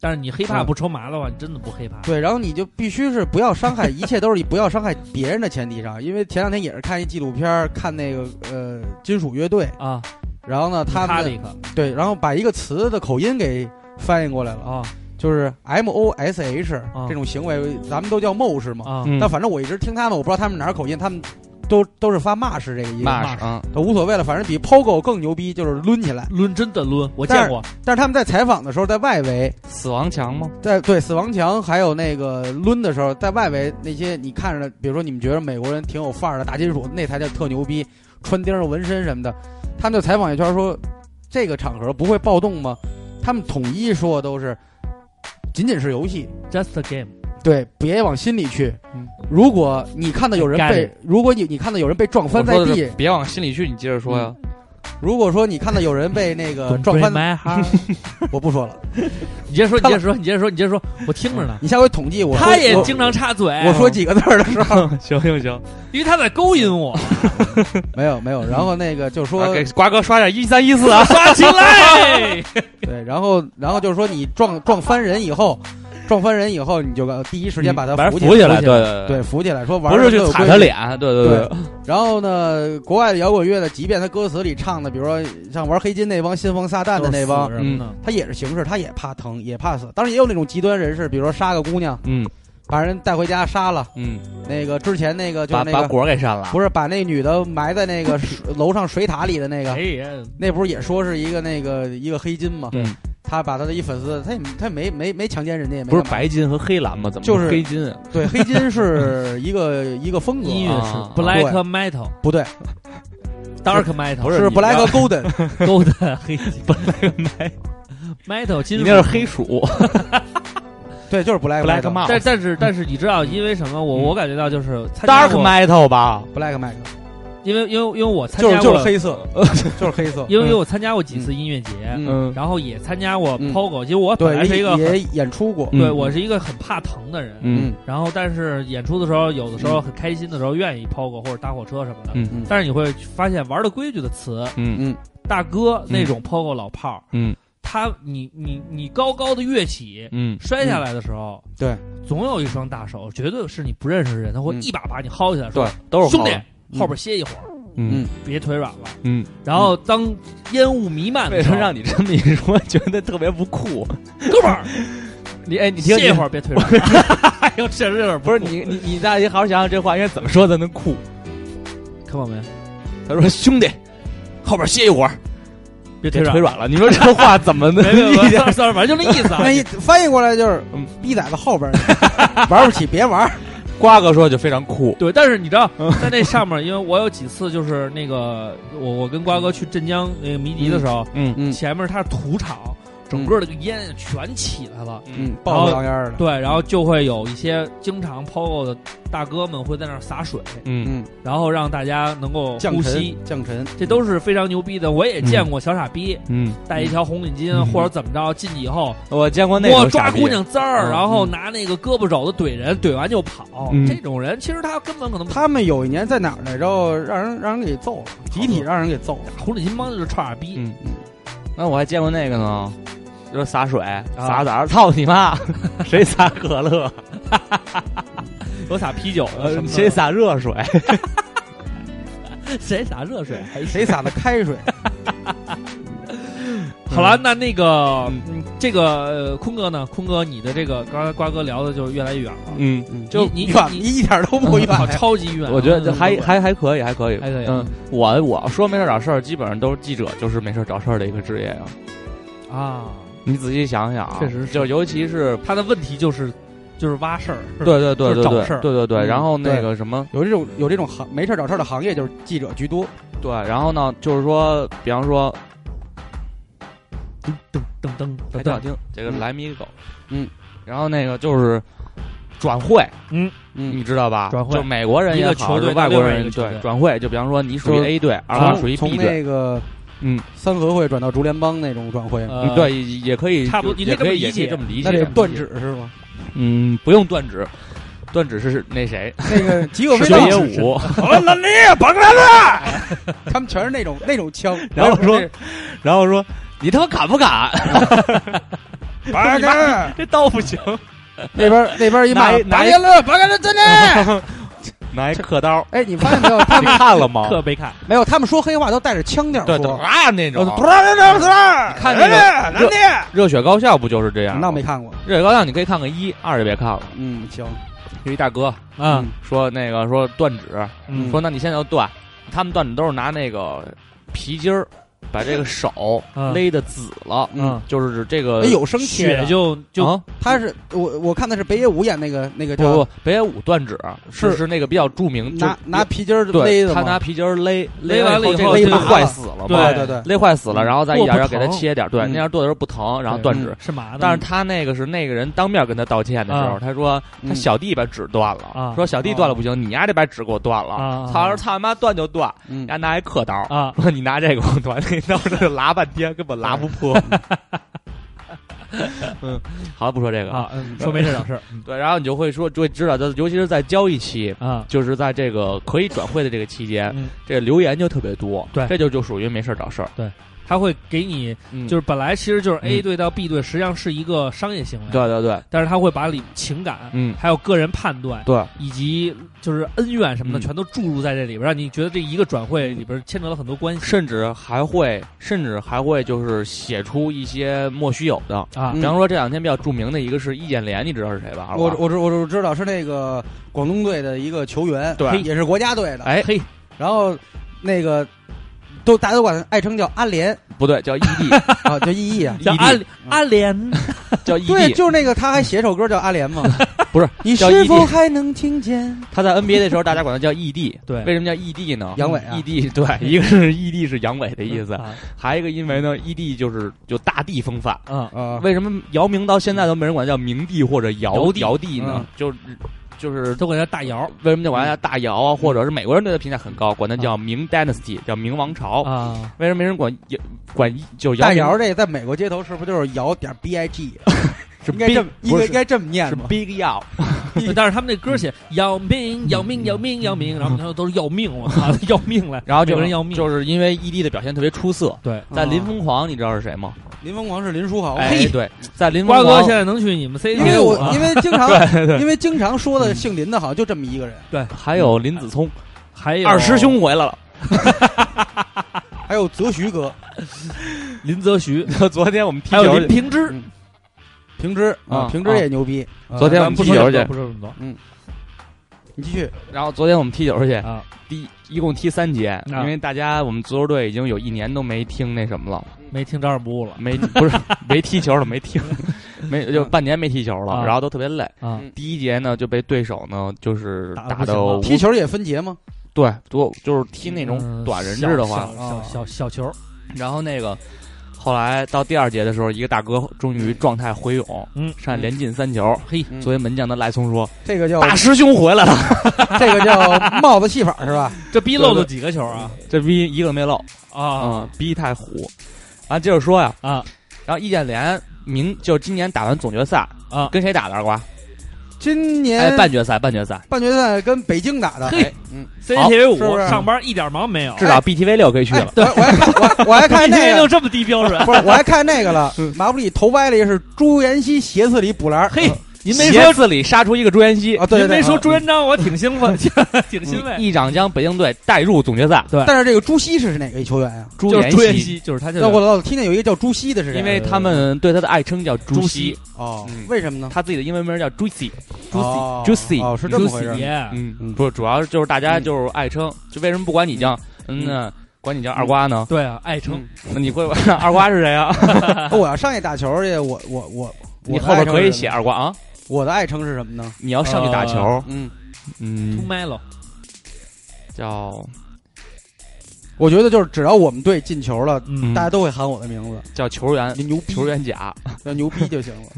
但是你黑怕
嗯
不抽麻的话，你真的不黑怕。
对。然后你就必须是不要伤害，一切都是以不要伤害别人的前提上。因为前两天也是看一纪录片儿，看那个呃金属乐队，
啊，
然后呢他
哈
们
里克
对，然后把一个词的口音给翻译过来了，
啊
就是 M O S H
啊
这种行为，咱们都叫谋是吗？
啊，
嗯
但反正我一直听他们，我不知道他们哪儿口音，他们都都是发骂式这个音，
那是啊，
都无所谓了，反正比 POGO 更牛逼，就是抡起来。
抡真的抡，我
但
见
是
过。
但是他们在采访的时候，在外围，
死亡墙吗？
在对死亡墙还有那个抡的时候，在外围那些你看着的，比如说你们觉得美国人挺有范儿的大金属，那才叫特牛逼，穿钉儿、纹身什么的，他们就采访一圈说，这个场合不会暴动吗？他们统一说都是，仅仅是游戏，
Just a game，
对，别往心里去
嗯。
如果你看到有人
Got
被，如果你你看到有人被撞
我
翻在
说的
地
是，别往心里去，你接着说呀。
如果说你看到有人被那个
Don't
撞
break
翻，
my heart。
我不说了，
你接着说，你接着说，你接着说，你接着说，我听着呢。
你下回统计我。
他也
我
经常插嘴，
我说几个字儿的时候，
行行行，
因为他在勾引 我，
没有没有，然后那个就
啊
说
给瓜哥刷点一三一四 啊。
抓起 来。
对，然后然后就是说你撞撞翻人以后，撞翻人以后，你就第一时间把他
把人
扶
扶起来，对
对，扶起来，说玩
不是
人
去
都有
踩
规
他
矩。
脸，对对
对，然后呢，国外的摇滚乐呢，即便他歌词里唱的，比如说像玩黑金那帮信奉撒旦的那帮，嗯
人呢？
他也是形式，他也怕疼，也怕死。当然也有那种极端人士，比如说杀个姑娘，
嗯
把人带回家杀了。
嗯，
那个之前那个就是那
把把
个
果给删了，
不是把那女的埋在那个水楼上水塔里的那
哎
个，啊
呀，
那不是也说是一个那个一个黑金吗？
嗯
他把他的一粉丝，他也他也没没没强奸人家，也没
不是
干嘛
白金和黑蓝吗？怎么
就是
黑金啊？
对黑金是一个一个风格，
音乐是
啊
black
对
metal
不对，
dark metal，
不
是
你
black
知道
golden，
勾的黑 black metal 金
你
属
那是黑鼠，
对，就是 black
Black
metal
Mass
但但是但是你知道，因为什么？我
嗯
我感觉到就是参加
dark
过
metal 吧？
black metal
因为因为因为我参
就是
加
就是
过，
黑色，就是黑 色，
因为因为我参加过几次音乐节，
嗯，
然后也参加过
嗯
POGO，其实我本来
对，
是一个很
也也演出过，
嗯
对我是一个很怕疼的人，
嗯
然后但是演出的时候，有的时候很开心的时候愿意 POGO 或者搭火车什么的，
嗯
嗯
但是你会发现玩的规矩的词，
嗯
嗯
大哥那种 POGO 老炮儿，
嗯
他你你你高高的跃起，
嗯
摔下来的时候，
对，
总有一双大手，绝对是你不认识的人，他会
嗯
一把把你薅起来，说
对，都是
兄弟
好的，
后边歇一会儿，
嗯
别腿软了。
嗯，
然后当烟雾弥漫
为
的
什
时
么
候，
让你这么一说，觉得特别不酷？
哥们儿，
你哎，你听
歇一会
儿，
儿 别腿软了，哎呦，确实有点
不是你你你大爷，好好想想这话应该怎么说才能酷。
看到没？
他说：“兄弟，后边歇一会儿，
别
别
腿
腿
软，
软了。”你说这话怎么能
没没
一
没，
点
算 了算了，反正就那意思啊。
那一翻译过来就是
嗯
逼崽子后边儿，玩不起别玩儿。
瓜哥说就非常酷，
对，但是你知道，
嗯
在那上面，因为我有几次就是那个，我我跟瓜哥去镇江那个迷笛的时候，
嗯
嗯
前面它是土场，整个这个烟全起来了。
嗯，爆香烟儿的，
对，然后就会有一些经常 POGO 的大哥们会在那儿洒水，
嗯，
嗯，
然后让大家能够
降
呼吸，
尘，降尘，
这都是非常牛逼的。我也见过小傻逼
嗯，
带一条红领巾或者怎么着进去以后，
我见过那
我
种
抓
傻逼
姑，娘滋儿，
嗯
然后拿那个胳膊肘子怼人，怼完就跑。
嗯
这种人其实他根本可能
他们有一年在哪儿来着？让人让人给揍了，集体让人 给揍了。
红领巾帮就是臭傻啊逼。
嗯，那我还见过那个呢，就是洒水洒洒，操你妈，谁洒可乐，
有洒啤酒呃的，什么的
谁洒热水，
谁洒热水还行。
谁洒的开水？
好了，那那个
嗯
嗯这个呃坤哥呢？坤哥，你的这个刚才瓜哥聊的就越来越远了，
嗯，
就你
远，
你嗯
一点都不远。
好超级远。
我觉得这
嗯
还还还可以，还可以，
还可以
嗯，我我说没事儿找事儿，基本上都是记者，就是没事儿找事儿的一个职业啊。
啊，
你仔细想想啊，
确实是
就尤其是
他的问题就是就是挖事儿，是吧
对对
就
对对
是找
对
事儿
对对对，
嗯
然后那个什么，
有这种有这种行没事儿找事儿的行业，就是记者居多。
对，然后呢，就是说，比方说，
噔噔
还
噔
挺好
噔，
听，这个
嗯
莱米狗，
嗯，
然后那个就是转会，
嗯，
你知道吧？
转会
就美国人
一
也
个
好，
球队
是外国
到另外一
人
个球队
对转会，就比方说你属
就
于
是
A 队，阿
从
拉属于
从
B 队，
那个
嗯
三合会转到竹联帮那种转会，
呃，
对，也也可以，
差不多
就
你可以
也可以
这么理解
也可以这么
那
理解
得，断指是吗？
嗯，不用断指，断指是那谁，
那个极恶飞
水
盗
野武，
他们全是那种那种枪，
然后说， 然后说，你他妈敢不敢？
拔干
这刀不行，
那边那边一骂
哎拿
拔
一拿一
干了，拔干了，真的。
拿一刻刀，
哎，你发现没有？他
你
们
看了吗？
特贝看，
没有，他们说黑话都带着腔调
对，
说。
啊那种，
看
看那个热热血高校不就是这样吗？
那没看过。
热血高校你可以看个一，二就别看了。
嗯，行，
有一大哥
嗯
说那个说断指，
嗯
说那你现在就断，他们断指都是拿那个皮筋儿把这个手
嗯
勒的紫了，
嗯，
就是指这个
哎有声贴
血
的，
就就
啊
他是我我看的是北野武演那个那个
不
叫
不北野武断指是
是
是那个比较著名，就
拿拿皮筋儿勒
对
的
他
吗
拿皮筋儿勒
勒完
完
了以
这
后
个
勒
筋
麻
儿
了
坏死了嘛，
对对对，
勒坏死了，然后再一点
剁不
点给它
疼
切点儿，对，
嗯
那样剁的时候不疼，然后断指。
是麻的，
但是他那个是那个人当面跟他道歉的时候，
啊
他说他
嗯
小弟把指断了，
啊
说小弟断了不行，你丫得把指给我断了。
啊啊
操、说操他妈断就断，
嗯
人家拿一刻刀，
啊，
说你拿这个给我断，那刀是拉半天根本拉不 破。嗯，好，不说这个
啊，嗯说没事 找事儿
对，然后你就会说，就会知道，就是尤其是在交易期。
啊，
就是在这个可以转会的这个期间，
嗯
这留言就特别多，
对
这就就属于没事儿找事儿，
他会给你
嗯
就是本来其实就是 A
嗯
队到 B 队，实际上是一个商业行为，
对对对，
但是他会把里情感，
嗯
还有个人判断，
对，
以及就是恩怨什么的，
嗯
全都注入在这里边，让你觉得这一个转会里边牵扯了很多关系
甚至还会，甚至还会就是写出一些莫须有的。
啊
比
嗯
方说这两天比较著名的一个是易建联，你知道是谁吧？二
我
娃
我知我我知道是那个广东队的一个球员，
对
也是国家队的。
哎
嘿，
然后那个都大家都管他爱称叫阿 联
不对，叫异 E 地，
啊，叫意义啊。
像
异地
阿里阿 莲，
叫异
对，
地。
就是那个，他还写首歌叫《阿联》嘛。
不是，
你
叫 E
是
异
否
地
还能听见？
他在 NBA 的时候，大家管他叫异地。
对
为什么叫异地呢？
阳痿啊
异地对，一个是异地是阳痿的意思，
啊
还有一个因为呢，异地就是就大地风范。嗯
啊
啊，
为什么姚明到现在都没人管他叫明帝或者
尧
尧
帝
尧帝呢
嗯？
就是就是
都管他大姚
为什么叫管他叫大姚啊，或者是美国人对他评价很高，管他叫明 dynasty，叫明王朝。
啊，
为什么没人管管就姚
大
明
姚这在美国街头是不是就是姚点 B I G？
是
应该这
big
么应
不
该
是
应该这么念
是
吧？
big 姚，
但是他们那歌写要命要
嗯
命要命要命，然后他说都是要命，我操要命来，
然后
每
就
个人要命，
就是因为 ED 的表现特别出色，
对。
在
啊
林疯狂你知道是谁吗？
林疯狂是林书豪，
哎，对，在林
瓜
疯
哥
狂
现在能去你们 C
因为
队
我
啊
因为经常因为经常说
嗯
的姓林的，好像就这么一个人，
还有林子聪，
还有
二师兄回来了。
还有泽徐哥，
林则徐，
昨天我们踢
还有
球
林平之
嗯，平之
啊
平之也牛逼。
啊
嗯昨天我们
咱不
踢
说
球
这么多
去
不说这么多
你继续，
然后昨天我们踢球去，
啊，
第一共踢三节，因为大家我们足球队已经有一年都没听那什么了，
没听张二不误了
没不是没踢球了，没听， 没就半年没踢球了，
啊
然后都特别累。
啊
嗯
第一节呢就被对手呢就是
打得
打
不行
的
了
踢球也分节吗？
对多就是踢那种
嗯
短人制的话
小，小小小球
然后那个后来到第二节的时候，一个大哥终于状态回勇，
嗯
上来连进三球。
嘿
嗯
作为门将的赖松说
这个：“叫
大师兄回
嗯
来了，
这个叫帽子戏法是吧？
这逼漏了几个球啊
这逼一个没漏，
啊
嗯，逼太虎。”完接着说呀，
啊
然后易建联明就今年打完总决赛
啊
跟谁打的二瓜？
今年
哎，半决赛，半决赛，
半决赛跟北京打的，
嘿
嗯，
！CCTV
是不
五
是
上班一点忙没有
至少 BTV 六可以去
哎
了。，
我我还看我还我还 看那
，CCTV
个
六，这么低标准，
不是我还看那个了，
嗯
马布里头掰了一个是朱妍希斜刺里补篮，
嘿，您没
鞋
说。
子里杀出一个朱元熙
啊，，对对
您
对，
没说朱
嗯
元璋，我挺兴奋，挺欣慰。
一掌将北京队带入总决赛。
但是这个朱熹是哪个球员啊呀？
朱
就是朱元
熙，
熙，就是他现
那
在
我老听见有一个叫朱熹的是谁？
因为他们对他的爱称叫朱熹，
哦
嗯，
为什么呢？
他自己的英文名叫 Juicy，
哦
Juicy，Juicy，
哦，是这么回事儿。
爷
嗯
嗯
不，主要就是大家就是爱称，就为什么不管你叫嗯呢？管你叫二瓜呢？
对啊，爱称
那你会 二瓜是谁啊？
哦我要上一打球去，我我我，
你
我的
后边
爱称
可以
是什
写
么。
二瓜啊。
我的爱称是什么呢？
你要上去打球，
嗯，
Too
嗯，
mellow
叫
我觉得就是只要我们队进球了，
嗯
大家都会喊我的名字，
叫球员
你牛逼，
球员甲。
要牛逼就行了。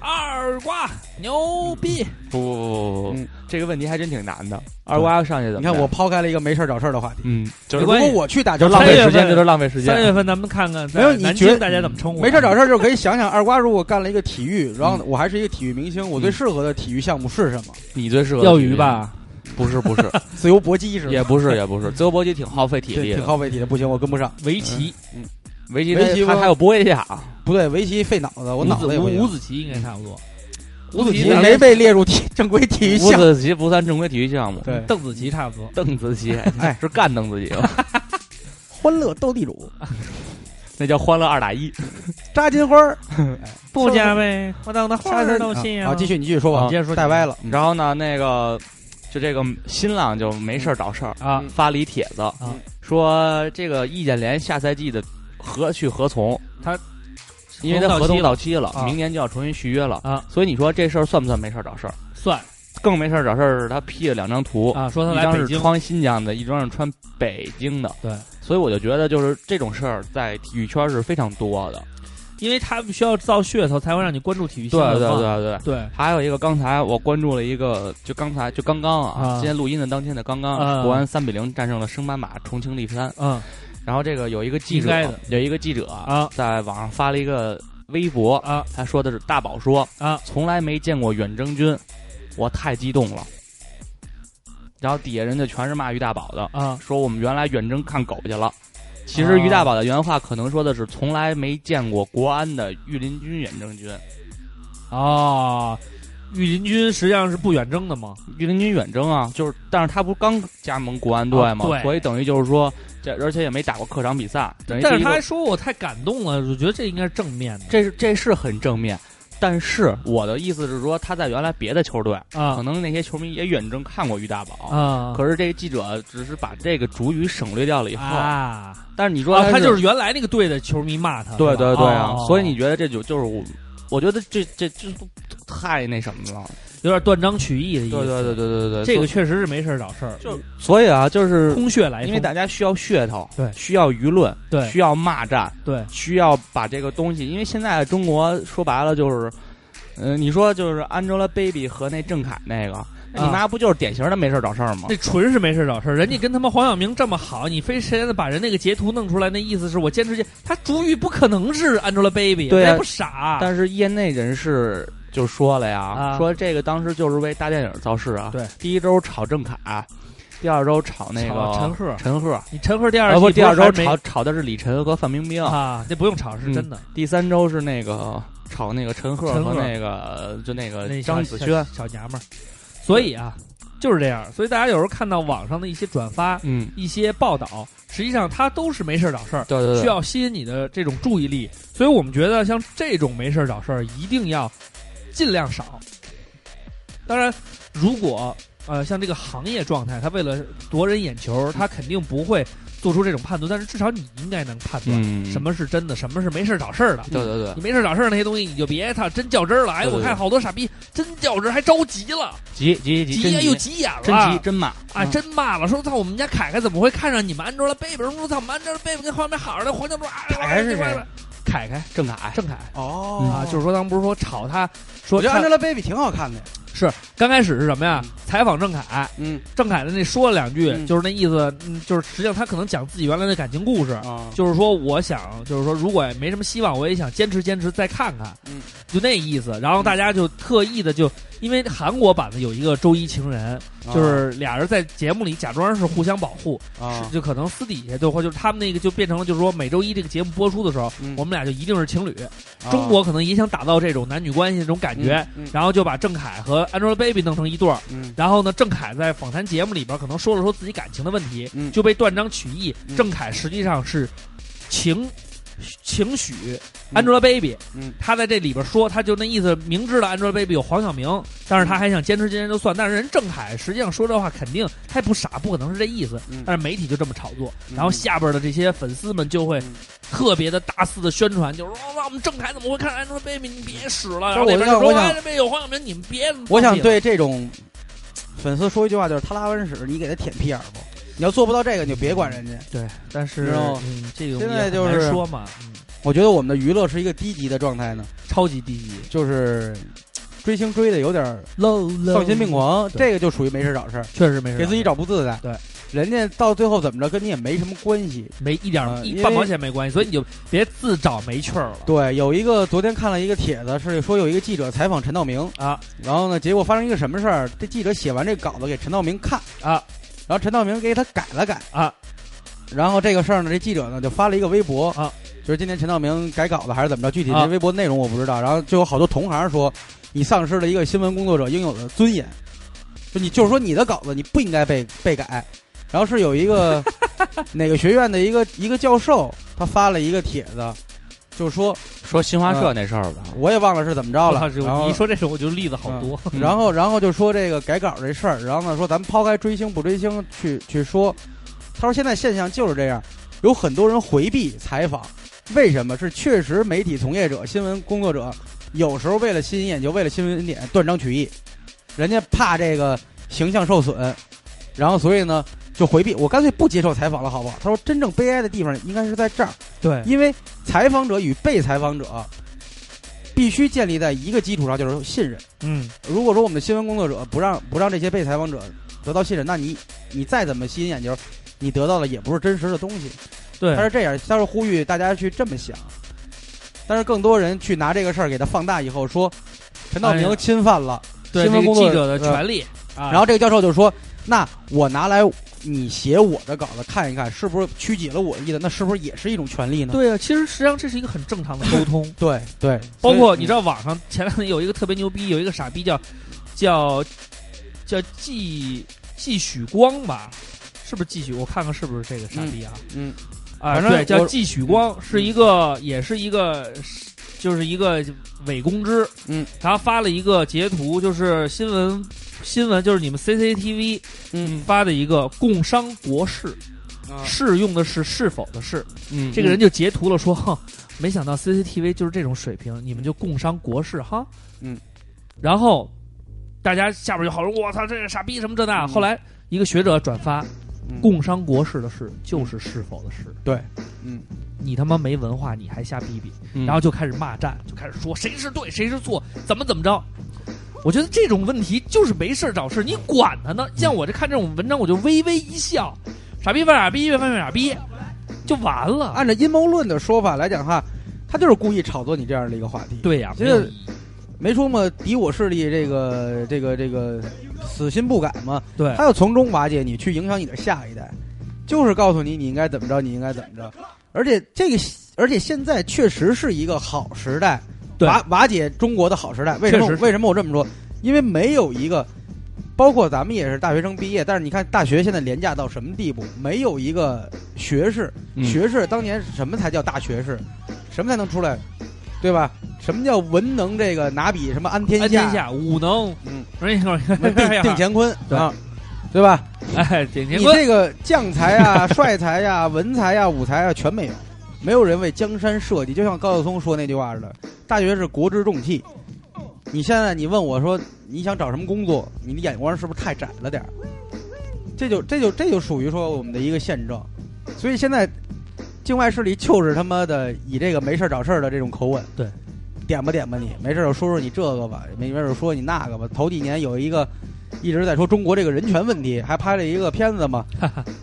二瓜牛逼，
不不不不不嗯
嗯，
这个问题还真挺难的。二瓜要上去怎么
你
办？
看我抛开了一个没事儿找事儿的话题。
嗯，就
没
如
是
关
果
系
我去打球
就，浪
三
费
月
时间，
份
这就是浪费时
三
间。
月份咱们看看，
没有你
南
觉
京
得
大家怎么称呼？
没事儿找事儿就可以想想二瓜，如果干了一个体育，然后我还是一个体育明星，我最
嗯
适合的体育项目是什么？
你最适合
钓鱼？吧，
不是不 是，
自由搏击是吧？
也不是也不 是，自由搏击挺耗费体
这
力
挺
的。
耗费体力，不行，我跟不上。
围棋，
围棋
围棋
它
不
还有波一下啊。
不对，围棋费脑子，我
伍
脑
子
子也不
伍伍
行。
子棋应该差不多，
伍子
棋
棋没被列入体 正规体育
伍
项目。
子棋不算正规体育项目。
对，
邓紫棋差不多。
邓紫棋，
哎
是干邓紫棋吗？
欢乐斗地主，
那叫欢乐二打一。哎
扎金花儿，
不加呗，我等的花
沙
儿
僧
都信
啊，继续你继续说吧，
啊接着说
带歪了。
然后呢，那个就这个新浪就没事儿找事儿，
啊
发了一帖子
嗯，
说这个易建联下赛季的何去何从？
他
因为他合同到期了，
啊
明年就要重新续约了
啊，
所以你说这事儿算不算没事儿找事儿？
算
更没事儿找事儿是他 P 了两张图，
啊，说他
一
来
张
北
是
京，
穿新疆的，一张是穿北京的。
对，
所以我就觉得就是这种事儿在体育圈是非常多的。
因为他们需要造噱头才会让你关注体育新
对
闻
对
嘛。
对对。
对
还有一个，刚才我关注了一个，就刚才就刚刚啊，
啊
今天录音的当天的刚刚，
啊
国安三比零战胜了升班马重庆力帆。
嗯
然后这个有一个记
应该
者
的，
有一个记者
啊
在网上发了一个微博，
啊
他说的是大宝说
啊，
从来没见过远征军，我太激动了。然后底下人就全是骂于大宝的，
啊
说我们原来远征看狗去了。其实于大宝的原话可能说的是从来没见过国安的御林军远征军，
哦，御林军实际上是不远征的嘛。
御林军远征啊，就是，但是他不是刚加盟国安队吗？
啊对
所以等于就是说，这而且也没打过客场比赛，等于
但是
一个
他还说我太感动了，我觉得这应该是正面的
这是这是很正面。但是我的意思是说，他在原来别的球队，可
啊
能那些球迷也远征看过于大宝，
啊。
可是这个记者只是把这个主语省略掉了以后，
啊，
但是你说
啊，他就是是原来那个队的球迷骂他，
对对
对吧
对啊，
哦
所以你觉得这就就是我，我觉得这这这都太那什么了，
有点断章取义的意
对
思。
对对对对对，
这个确实是没事儿找事儿，
就所以啊，就是
嗯空穴来风。
因为大家需要噱头，
对
需要舆论，
对
需要骂战，
对
需要把这个东西，因为现在中国说白了就是，嗯、你说就是 Angelababy 和那郑恺那个，那你
啊
妈不就是典型的没事儿找事儿吗？
那纯是没事找事儿，人家跟他妈黄晓明这么好，你非现在把人那个截图弄出来，那意思是我坚持去，他主语不可能是 Angelababy，
对啊
他也不傻，
但是业内人士就说了呀，
啊
说这个当时就是为大电影造势啊。
对，
第一周炒郑恺，第二周炒那
炒
个
陈赫，
陈赫，
你陈啊赫第二
啊
季
不，第二周
不是
炒
还
炒的是李晨和范冰冰
没，啊，这不用吵，是
嗯
真的。
第三周是那个炒那个陈赫
陈
和
赫
那个就那个
那小
呃张子
小
萱。
小娘们儿，所以啊，就是这样。所以大家有时候看到网上的一些转发、
嗯，
一些报道，实际上它都是没事儿找事儿，
对对对，
需要吸引你的这种注意力。所以我们觉得像这种没事儿找事儿，一定要尽量少。当然，如果呃像这个行业状态，他为了夺人眼球，他肯定不会做出这种判断，但是至少你应该能判断
嗯，
什？么是真的，什么是没事儿找事儿的。
对对对，
你没事儿找事儿那些东西，你就别他真较真儿了。哎，
对对
我看好多傻逼真较真儿，还着急了，
急急急，
急
真
眼
急
又急眼了，
真急真骂，
啊，真骂了，说操，我们家凯凯怎么会看上你们 Angelababy？说操，我们 Angelababy 跟黄晓明好着呢，黄晓明啊，
凯凯是谁
哎？凯凯，
郑恺
郑凯
哦
啊，就是说，当时不是说炒他，
我
说
觉得
他
Angelababy 挺好看的，
刚开始是什么呀？采访郑凯，
嗯
郑凯的那说了两句，
嗯
就是那意思，嗯，就是实际上他可能讲自己原来的感情故事，
啊，
就是说我想，就是说如果没什么希望，我也想坚持坚持再看看，
嗯，
就那意思。然后大家就特意的就，因为韩国版的有一个周一情人，就是俩人在节目里假装是互相保护，
啊
是就可能私底下就或就是他们那个就变成了，就是说每周一这个节目播出的时候，
嗯啊
我们俩就一定是情侣。中国可能也想打造这种男女关系这种感觉，，
嗯嗯
然后就把郑恺和 Angelababy 弄成一对儿。
嗯
然后呢，郑恺在访谈节目里边可能说了说自己感情的问题，
嗯
就被断章取义。
嗯
郑恺实际上是情情许
嗯
Angelababy，
嗯
他在这里边说，他就那意思，明知道 Angelababy 有黄晓明，但是他还想坚持坚持就算。但是人郑恺实际上说这话肯定他也不傻，不可能是这意思
嗯。
但是媒体就这么炒作，
嗯
然后下边的这些粉丝们就会
嗯
特别的大肆的宣传，就是说哇，我们郑恺怎么会看 Angelababy？你别使了。然后
但是
那边就说
我想我想
Angelababy 有黄晓明，你们别。
我想对这种粉丝说一句话，就是他拉完屎，你给他舔屁眼儿不？你要做不到这个，你就别管人家。
对，但是
然后
嗯，这个
现在就是
也很难说嘛，嗯，
我觉得我们的娱乐是一个低级的状态呢，
超级低级
就是追星追的有点儿
，low
丧心病，狂，
对
这个就属于没事找事儿，
嗯确实没事儿，
给自己找不自在。
对，
人家到最后怎么着跟你也没什么关系。
没一点
啊因
一
为
半毛钱没关系，所以你就别自找没趣儿了。
对，有一个昨天看了一个帖子，是说有一个记者采访陈道明
啊，
然后呢，结果发生一个什么事儿？这记者写完这稿子给陈道明看
啊，
然后陈道明给他改了改
啊，
然后这个事儿呢，这记者呢就发了一个微博
啊，
就是今天陈道明改稿子还是怎么着，具体
啊
这微博内容我不知道。然后就有好多同行说，你丧失了一个新闻工作者应有的尊严，就你就是说你的稿子你不应该被被改。然后是有 一个哪个学院的一个一个教授，他发了一个帖子，就是说
说新华
啊
社
呃
那事儿吧，
我也忘了是怎么着了
我，操
然后
你一说这种，我就例子好多。
嗯
然后，然后就说这个改稿这事儿，然后呢说咱们抛开追星不追星去去说，他说现在现象就是这样，有很多人回避采访，为什么？是确实媒体从业者、新闻工作者有时候为了吸引眼球，为了新闻点断章取义，人家怕这个形象受损，然后所以呢就回避，我干脆不接受采访了，好不好？他说真正悲哀的地方应该是在这儿，
对
因为采访者与被采访者必须建立在一个基础上，就是信任。
嗯，
如果说我们的新闻工作者不让不让这些被采访者得到信任，那你你再怎么吸引眼球，你得到的也不是真实的东西。
对
他，是这样，他是呼吁大家去这么想，但是更多人去拿这个事儿给他放大以后说，陈道
哎呀
明侵犯了，
对
新
这
闻
个
工作
记者的
呃
权利啊。
然后这个教授就说，那我拿来你写我的稿子看一看，是不是曲解了我的意思？那是不是也是一种权利呢？
对啊，其实实际上这是一个很正常的沟通，
对对，
包括
所以嗯
你知道网上前两天有一个特别牛逼，有一个傻逼叫叫叫季季许光吧，是不是季许？我看看是不是这个傻逼啊？
嗯
啊，
反正
对，叫
我嗯
季许光，是一个也是一个就是一个伪公知，
嗯，
然后发了一个截图，就是新闻新闻就是你们 CCTV
嗯
发的一个共商国事，
啊
适用的是是否的是，
嗯
这个人就截图了说，哼，没想到 CCTV 就是这种水平，你们就共商国事哈，
嗯，
然后大家下边就好说，我操，这是傻逼什么这那，
嗯
后来一个学者转发，
嗯
共商国事的事就是是否的事，
对，嗯，
你他妈没文化，你还瞎逼逼，
嗯
然后就开始骂战，就开始说谁是对谁是错，怎么怎么着。我觉得这种问题就是没事儿找事，你管他
嗯
呢？像我这看这种文章，我就微微一笑，傻逼犯傻逼，越犯越傻逼，就完了。
按照阴谋论的说法来讲哈，他就是故意炒作你这样的一个话题。
对呀、
其
没
实
有意义。
没说嘛，敌我势力这个这个这个死心不改嘛，
对
他要从中瓦解你，去影响你的下一代，就是告诉你你应该怎么着，你应该怎么着。而且这个，而且现在确实是一个好时代，
对
瓦瓦解中国的好时代。为什么
确实？是
为什么我这么说？因为没有一个包括咱们也是大学生毕业，但是你看大学现在廉价到什么地步？没有一个学士，
嗯
学士当年什么才叫大学士？什么才能出来？对吧？什么叫文能？这个拿笔什么安天
安
下？
天下武能，哎
嗯，
人家说这
定
样
定乾坤
对
啊，对吧？
哎，顶乾
你
坤，
这个将才啊、 帅才呀、文才呀、武才啊，全没有，没有人为江山社稷。就像高晓松说那句话似的，大学是国之重器。你现在你问我说你想找什么工作，你的眼光是不是太窄了点儿？这就这就这就属于说我们的一个现状。所以现在境外势力就是他妈的以这个没事儿找事儿的这种口吻，
对，
点吧点吧你，没事儿就说说你这个吧，没事儿就说你那个吧。头几年有一个一直在说中国这个人权问题，还拍了一个片子 嘛，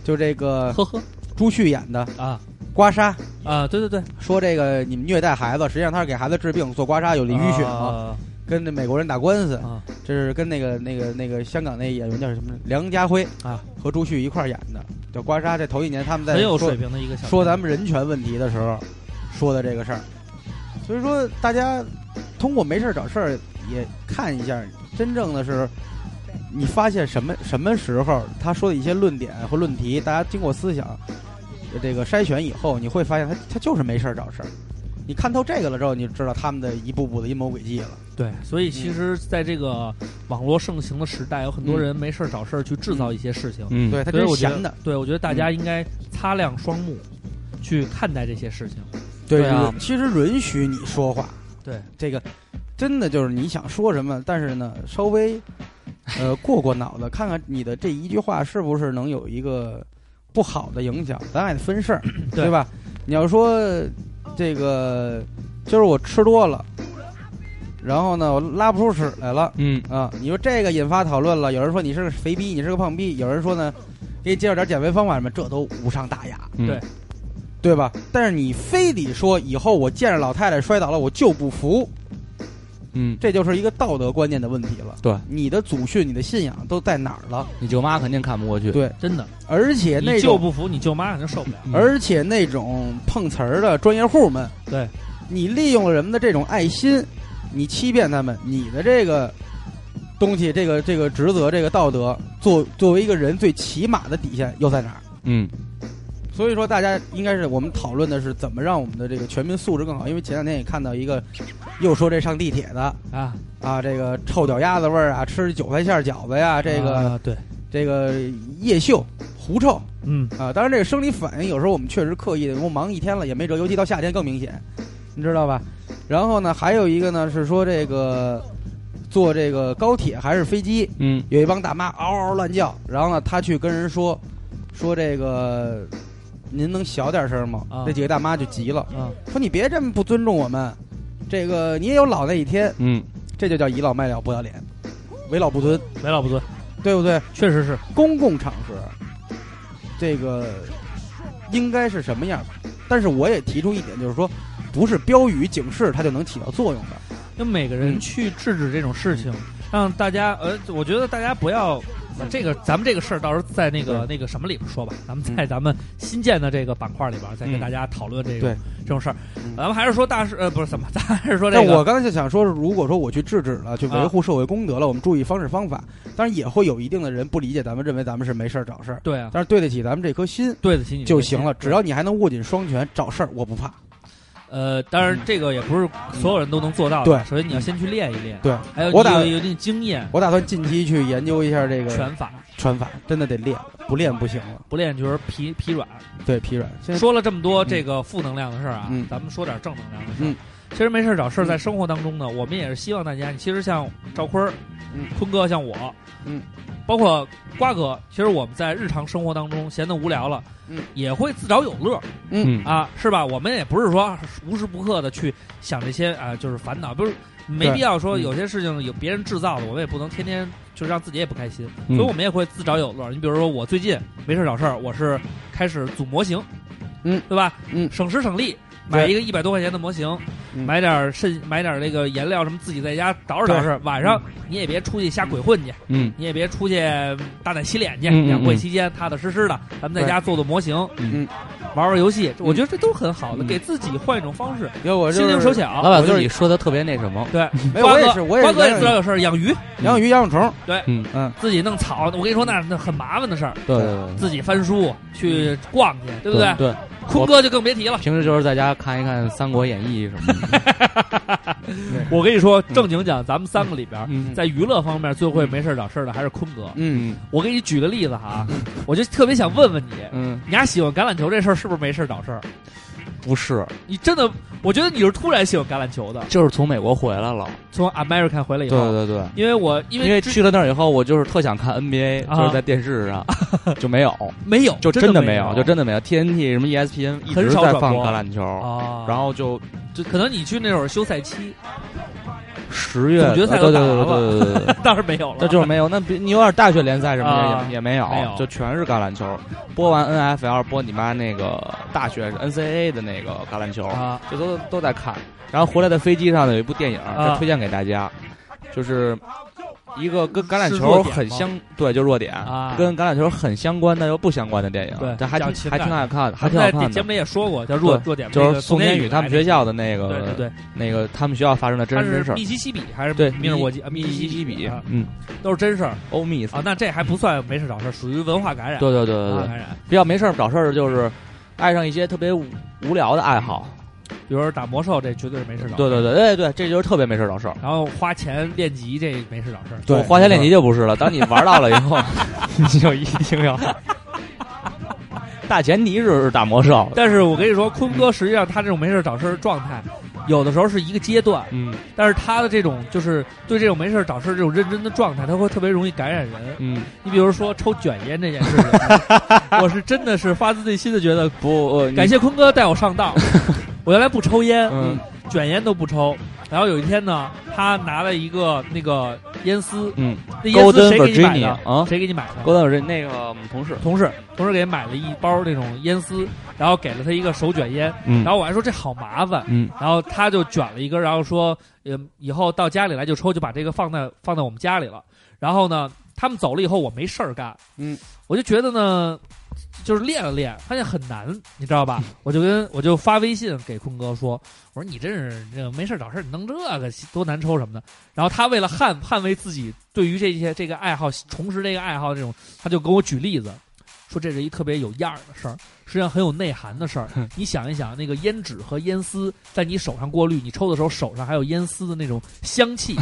就这个
呵呵
朱旭演的《
啊
刮痧》，
啊，对对对，
说这个你们虐待孩子，实际上他是给孩子治病，做刮痧有
李
利淤血嘛，
啊
跟那美国人打官司，
啊
这是跟那个那个那个香港那演员叫什么梁家辉
啊，
和朱旭一块儿演的，叫刮痧。这头几年他们在
很有
说
水平的一个小
说咱们人权问题的时候说的这个事儿，所以说大家通过没事儿找事儿也看一下，真正的是你发现什么什么时候他说的一些论点或论题，大家经过思想这个筛选以后，你会发现他他就是没事儿找事儿。你看透这个了之后，你就知道他们的一步步的阴谋诡计了。
对，所
嗯
以其实在这个网络盛行的时代，有很
嗯
多人没事儿找事儿去制造一些事情。
嗯，
对，他
所以
真
我
是
觉
闲
得
的。，嗯
对我觉得大家应该擦亮双目，去看待这些事情。
对
对啊
其实允许你说话。
对，
这个真的就是你想说什么，但是呢，稍微呃过过脑子，看看你的这一句话是不是能有一个不好的影响，咱还得分事 儿，
对
对吧？你要说这个今儿我吃多了，然后呢，我拉不出屎来了。
嗯，
啊，你说这个引发讨论了，有人说你是个肥逼，你是个胖逼，有人说呢，给你介绍点减肥方法什么，这都无伤大雅，
嗯
对，
对吧？但是你非得说以后我见着老太太摔倒了我就不服，
嗯，
这就是一个道德观念的问题了。
对，
你的祖训、你的信仰都在哪儿了？
你舅妈肯定看不过去。
对
真的，
而且
你
那
舅
种，
不服，你舅妈肯定受不了。
嗯
而且那种碰瓷儿的专业户们，
对，
你利用了人们的这种爱心，你欺骗他们，你的这个东西，这个这个职责、这个道德，作作为一个人最起码的底线又在哪儿？
嗯
所以说，大家应该是我们讨论的是怎么让我们的这个全民素质更好。因为前两天也看到一个，又说这上地铁的
啊，
啊，这个臭脚丫子味儿啊，吃韭菜馅儿饺子呀，这个、
啊对，
这个夜嗅、狐臭
嗯，
啊。当然，这个生理反应有时候我们确实刻意的，我忙一天了也没辙，尤其到夏天更明显，你知道吧？然后呢，还有一个呢是说这个坐这个高铁还是飞机，
嗯
有一帮大妈嗷嗷乱叫，然后呢，他去跟人说说这个。您能小点声吗？
啊
这几个大妈就急了，
啊，
说你别这么不尊重我们，这个你也有老那一天，
嗯，
这就叫倚老卖老不要脸，为老不尊，
为老不尊，
对不对？
确实是
公共场合，这个应该是什么样？但是我也提出一点，就是说，不是标语警示它就能起到作用的。
因为每个
嗯
人去制止这种事情，让大家呃，我觉得大家不要。这个咱们这个事儿到时候在那个那个什么里边说吧，咱们
嗯
在咱们新建的这个板块里边再跟
嗯
大家讨论这个、
对
这种事儿
嗯。
咱们还是说大事呃不是怎么， 咱还是说这
但
个啊
我刚才就想说，如果说我去制止了，去维护社会公德了，我们注意方式方法，当然也会有一定的人不理解咱们，认为咱们是没事儿找事儿。
对啊，
但是对得起咱们这颗心
对得起你
就行了，
这个
只要你还能握紧双拳，找事儿我不怕。
呃，当然这个也不是所有人都能做到的。
对
首先你要先去练一练，
对，
还有
我
你
打
有有一定经验，
我打算近期去研究一下这个
拳法
拳法，真的得练，不练不行了。
不练就是疲疲软。
对，疲软。现在
说了这么多这个负能量的事儿啊，
嗯
咱们说点正能量的事儿。
嗯
其实没事儿找事儿，
嗯
在生活当中呢，我们也是希望大家，其实像赵坤儿、
嗯
坤哥，像我，
嗯，
包括瓜哥，其实我们在日常生活当中闲得无聊了，
嗯，
也会自找有乐儿
嗯
啊，是吧？我们也不是说无时不刻的去想这些啊，就是烦恼，不是没
对
必要说
嗯
有些事情有别人制造的，我们也不能天天就让自己也不开心，
嗯
所以我们也会自找有乐儿。你比如说，我最近没事儿找事儿，我是开始组模型，
嗯，
对吧？
嗯
省时省力，买一个一百多块钱的模型，
嗯
买点儿肾，买点儿那个颜料什么，自己在家捯饬捯饬。晚上
嗯
你也别出去瞎鬼混去，
嗯
你也别出去大胆洗脸去。
嗯嗯
两会期间踏踏实实的，咱们在家做做模型。
嗯
嗯
玩玩游戏，我觉得这都很好的，给自己换一种方式，
因为我
心灵手巧。
老
我
板
就
自
是
己说的特别那什么，
对，
没有，
瓜
我
哥
也是，我也
瓜
是
哥也
养
知道有事儿，养鱼
养鱼、养虫，
嗯
嗯，
自己弄草，我跟你说那那很麻烦的事儿，
对对
自己翻书去逛去，对不对？
对，
坤哥就更别 提了。
平时就是在家看一看《三国演义》什么的，
我跟你说，正经讲，咱们三个里边儿，
嗯
在娱乐方面最会没事儿找事儿的还是坤哥。
嗯，
我给你举个例子哈，我就特别想问问你，
嗯，
你还喜欢橄榄球这事儿是不是没事儿找事儿？
不是，
你真的，我觉得你是突然喜欢橄榄球的，
就是从美国回来了，
从 American 回来以
对
后，
对对。
因为我因为
因为
之
去了那儿以后，我就是特想看 NBA，
啊
就是在电视 上就没有，
没有，
就
真
的
没
有，就真的没有。TNT 什么 E ESPN 一
很
直
少
在
转
放
播
橄榄球，
啊。
然后就
就可能你去那会儿休赛期，
十月
总决赛都
对对
打
对
完
对对对对，
当然没有了。
那就是没有。那比你有点大学联赛什么的也、
啊
也没有，
没有
就全是橄榄球。播完 NFL，播你妈那个大学 NCAA 的那个橄榄球，
啊，
就都都在看。然后回来的飞机上有一部电影，
啊
就推荐给大家，就是一个跟橄榄
是弱
球
点
很
吗
相对，就弱点
啊
跟橄榄球很相关但又不相关的电影，
对
这还
讲
挺
情
还挺
感
好看的，还挺好
在这
看
节
的
目。里也说过，叫弱
对
弱点，
就
那
是
个
宋
天
天宇他们学校的那
对对
个
对，
那个他们学校发生的真
他
人真
是
事儿，
密西西比还是
对，
密尔沃基？啊
密
密西
西西比
啊，
嗯，
都是真事儿
欧密斯
啊。那啊哎这还不算没事找事儿，属于文化感染。
对对对对
文化
对，
感染，
比较没事儿找事儿的就是爱上一些特别无无聊的爱好。
比如说打魔兽，这绝对是没事找。
对对。对对对，这就是特别没事儿找事儿。
然后花钱练级，这没事找事儿。
对
我花钱练习就不是了，当你玩到了以后，你 就一定要。大前提是打魔兽，
但是我跟你说，坤哥实际上他这种没事找事儿的状态，有的时候是一个阶段，
嗯
但是他的这种就是对这种没事找事儿这种认真的状态，他会特别容易感染人。
嗯，
你比如说抽卷烟这件事情， 我是真的是发自内心的觉得，
不，呃
感，谢坤哥带我上 当。我原来不抽烟，
嗯
卷烟都不抽。然后有一天呢，他拿了一个那个烟丝，
嗯
那烟丝
Golden
谁给你买
Virginia，
的？嗯
啊
谁给你买的？
郭老师那个我们同事，
嗯同事，同事给买了一包那种烟丝，然后给了他一个手卷烟，
嗯
然后我还说这好麻烦，
嗯
然后他就卷了一根，然后说，呃，以后到家里来就抽，就把这个放在放在我们家里了。然后呢，他们走了以后，我没事儿干，
嗯，
我就觉得呢，就是练了练，发现很难，你知道 吧？我就跟我就发微信给坤哥说，我说你真是这个没事儿找事儿，你弄这个多难抽什么的。然后他为了捍捍卫自己对于这些这个爱好，重拾这个爱好这种，他就给我举例子，说这是一特别有样儿的事儿，实际上很有内涵的事 儿。你想一想，那个烟纸和烟丝在你手上过滤，你抽的时候手上还有烟丝的那种香 气，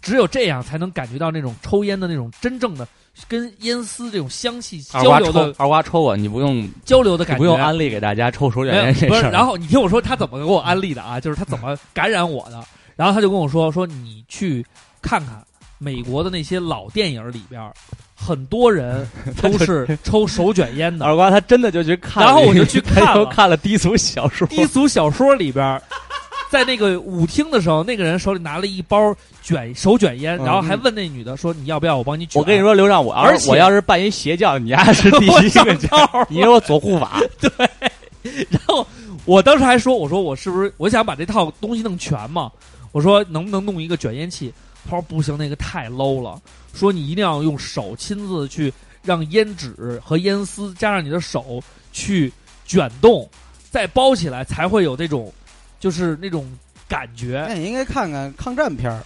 只有这样才能感觉到那种抽烟的那种真正的跟烟丝这种香气
二
交
瓜
流
抽
的
二瓜抽啊我，你不用
交流的
你
感
不用
觉。
安利给大家抽手卷
没有
烟这
不是
事，儿。
然后你听我说他怎么给我安利的啊，就是他怎么感染我的。然后他就跟我说说你去看看美国的那些老电影里边儿，很多人都 是 抽手卷烟的，
二瓜他真的就去看了，
然后我就去看了
他就看了低俗小说，
低俗小说里边儿，在那个舞厅的时候，那个人手里拿了一包卷手卷烟，
嗯
然后还问那女的说：“你要不要我帮你卷？”
我跟你，说，刘让，我要
而
是
且
我要是办一邪教，你丫是 第
我
一
上
个教，
道
你给我左护法。
然后我当时还说：“我说我是不是我想把这套东西弄全嘛？我说能不能弄一个卷烟器？”他说：“不行，那个太 low 了。说你一定要用手亲自去让烟纸和烟丝加上你的手去卷动，再包起来才会有这种，就是那种感觉。
那你应该看看抗战片儿，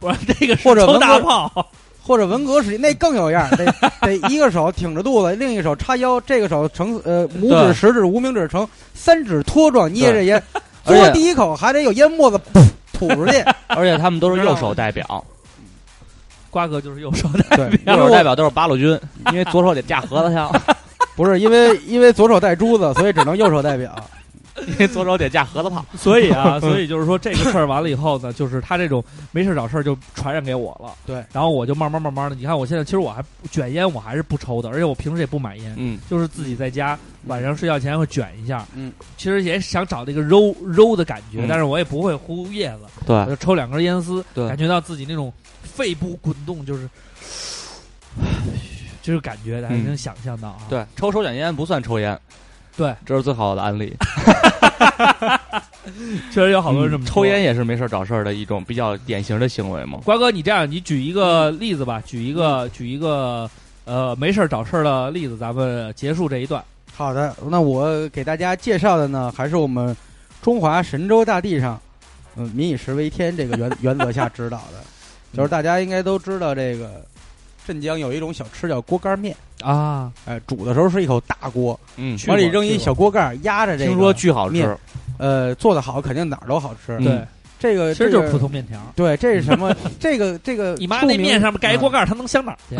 我说这个是
或者
抽
文
大
革
炮。”
或者文革时期那更有 样儿，得得一个手挺着肚子，另一手叉腰，这个手呈呃拇
对
指、食指、无名指呈三指托状捏着烟，
而
嘬
且
第一口还得有烟沫子噗吐出去。
而且他们都是右手代表，
瓜哥就是右手的，
对，
右
因为
手代
我
表都是八路军，因为左手得架核桃枪，
不是因为因为左手带珠子，所以只能右手代表。
因为左手得架核桃 炮。
所以
嗯
啊，所以就是说这个事儿完了以后呢，就是他这种没事找事儿就传染给我了。
对，
然后我就慢慢慢慢的，你看我现在其实我还卷烟，我还是不抽的，而且我平时也不买烟，
嗯，
就是自己在家晚上睡觉前会卷一下。
嗯，
其实也想找那个揉揉的感觉
嗯，
但是我也不会呼叶子，
对
我就抽两根烟丝，
对
感觉到自己那种肺部滚动，就是。 就是感觉，大家
嗯
能想象到啊。，
对，抽手卷烟不算抽烟，
对，
这是最好的案例。
确实有好多人这么说
嗯抽烟也是没事儿找事儿的一种比较典型的行为嘛。
瓜哥，你这样，你举一个例嗯子吧，举一个，举一个，呃，没事儿找事儿的例子，咱们结束这一段。
好的，那我给大家介绍的呢，还是我们中华神州大地上，嗯，民以食为天这个原 原则下指导的，就是大家应该都知道，这个镇江有一种小吃叫锅盖面，
啊，
哎，煮的时候是一口大锅，
嗯，
去
往里
过
扔一
去过
小锅盖，压着这个，
听说巨好吃
面，呃，做的好肯定哪儿都好吃。
嗯
对，
这个
其实就是普。
呃这个
通面条。
对，这是 什么？这个这个，
你妈那面上面盖一锅
盖，
盖儿，它能香哪儿 去？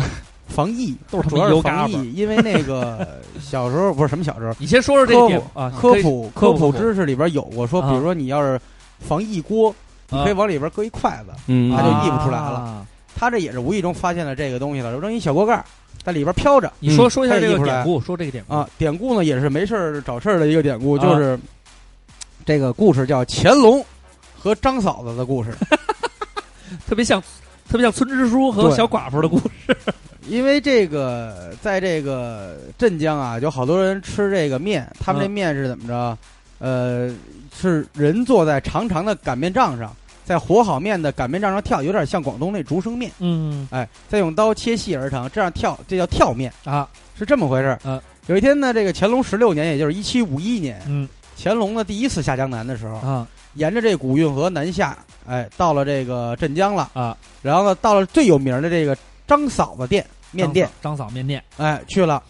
防疫
都是他
主
妈
要
油
是
嘎
防
巴。
疫，因为 那个小时候不是什么小时候，
你先说说这个点
科
啊，
科
可以
普
科
科
普
普知识里边有过说，比如说你要是防疫锅，你
啊
可以往里边搁一筷子，
嗯
它就溢不出来了
啊
他这也是无意中发现了这个东西了，扔一小锅盖儿在里边飘着
你说说一下
嗯它也
这个
溢不出来
典故，说这个典故
啊。典故呢也是没事儿找事儿的一个典故，
啊
就是这个故事叫乾隆和张嫂子的故事，
特别像，特别像村支书和
对
小寡妇的故事。
因为这个在这个镇江啊，有好多人吃这个面，他们这
嗯
面是怎么着？呃，是人坐在长长的擀面杖上，在和好面的擀面杖上跳，有点像广东那竹升面。
嗯
哎，再用刀切细而成，这样跳，这叫跳面，
啊，
是这么回事儿。
嗯
有一天呢，这个乾隆十六年，也就是一七五一年，
嗯
乾隆呢第一次下江南的时候，
啊
沿着这古运河南下，哎，到了这个镇江了
啊，
然后呢，到了最有名的这个张嫂子店面店，
张嫂张嫂面店，
哎，去了，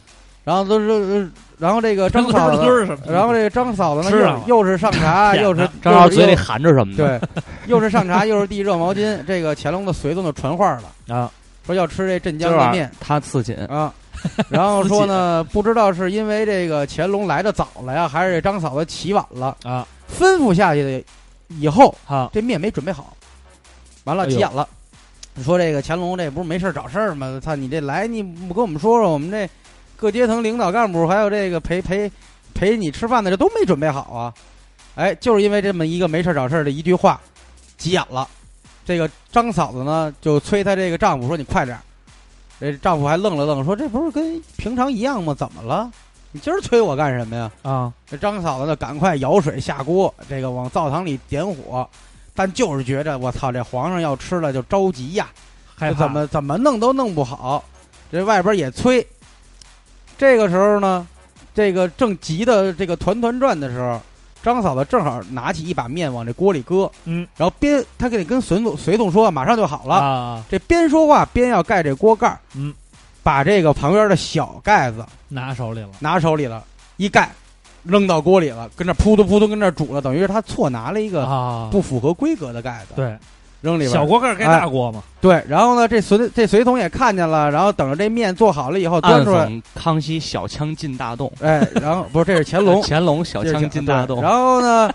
然后都是，呃然后这个张嫂
墩
子，
儿什么的？
然后这个张嫂子
吃
呢
上，
又又是上茶，
天哪
又是
正好
又是
嘴里
又
含着什么的，
对，又是上茶，又是递热毛巾。这个乾隆的随从就传话了，
啊
说要吃这镇
今
江的
晚
面
他刺锦，
啊。然后说呢，不知道是因为这个乾隆来的早了呀，还是这张嫂子起晚了，
啊
吩咐下去的以后，
好
这面没准备好，完了
哎呦
急眼了，说这个乾隆这不是没事儿找事儿吗？操，你这来你不跟我们说说，我们这各阶层领导干部还有这个陪陪陪你吃饭的这都没准备好啊！哎，就是因为这么一个没事儿找事儿的一句话，急眼了。这个张嫂子呢就催她这个丈夫说：“你快点儿。”这丈夫还愣了愣，说：“这不是跟平常一样吗？怎么了？你今儿催我干什么呀？”
啊
这张嫂子呢，赶快舀水下锅，这个往灶堂里点火，但就是觉着我操，这皇上要吃了就着急呀，
害
就
怕
怎么怎么弄都弄不好，这外边也催。这个时候呢，这个正急的这个团团转的时候，张嫂子正好拿起一把面往这锅里搁，
嗯，
然后边她给跟随总随从说马上就好了，
啊
这边说话边要盖这锅盖，
嗯，
把这个旁边的小盖子
拿手里了
拿手里了，一盖，扔到锅里了，跟那扑通扑通跟那煮了，等于是他错拿了一个
啊？
不符合规格的盖子，，
对，
扔里边
小
儿。哎
锅盖儿盖大锅嘛，
对，然后呢，这随这随从也看见了，然后等着这面做好了以后端
暗
出来，
讽康熙小枪进大洞，，
哎，然后不是这是 乾隆
乾隆小
这是
枪
乾
进大
对
洞，
然后呢，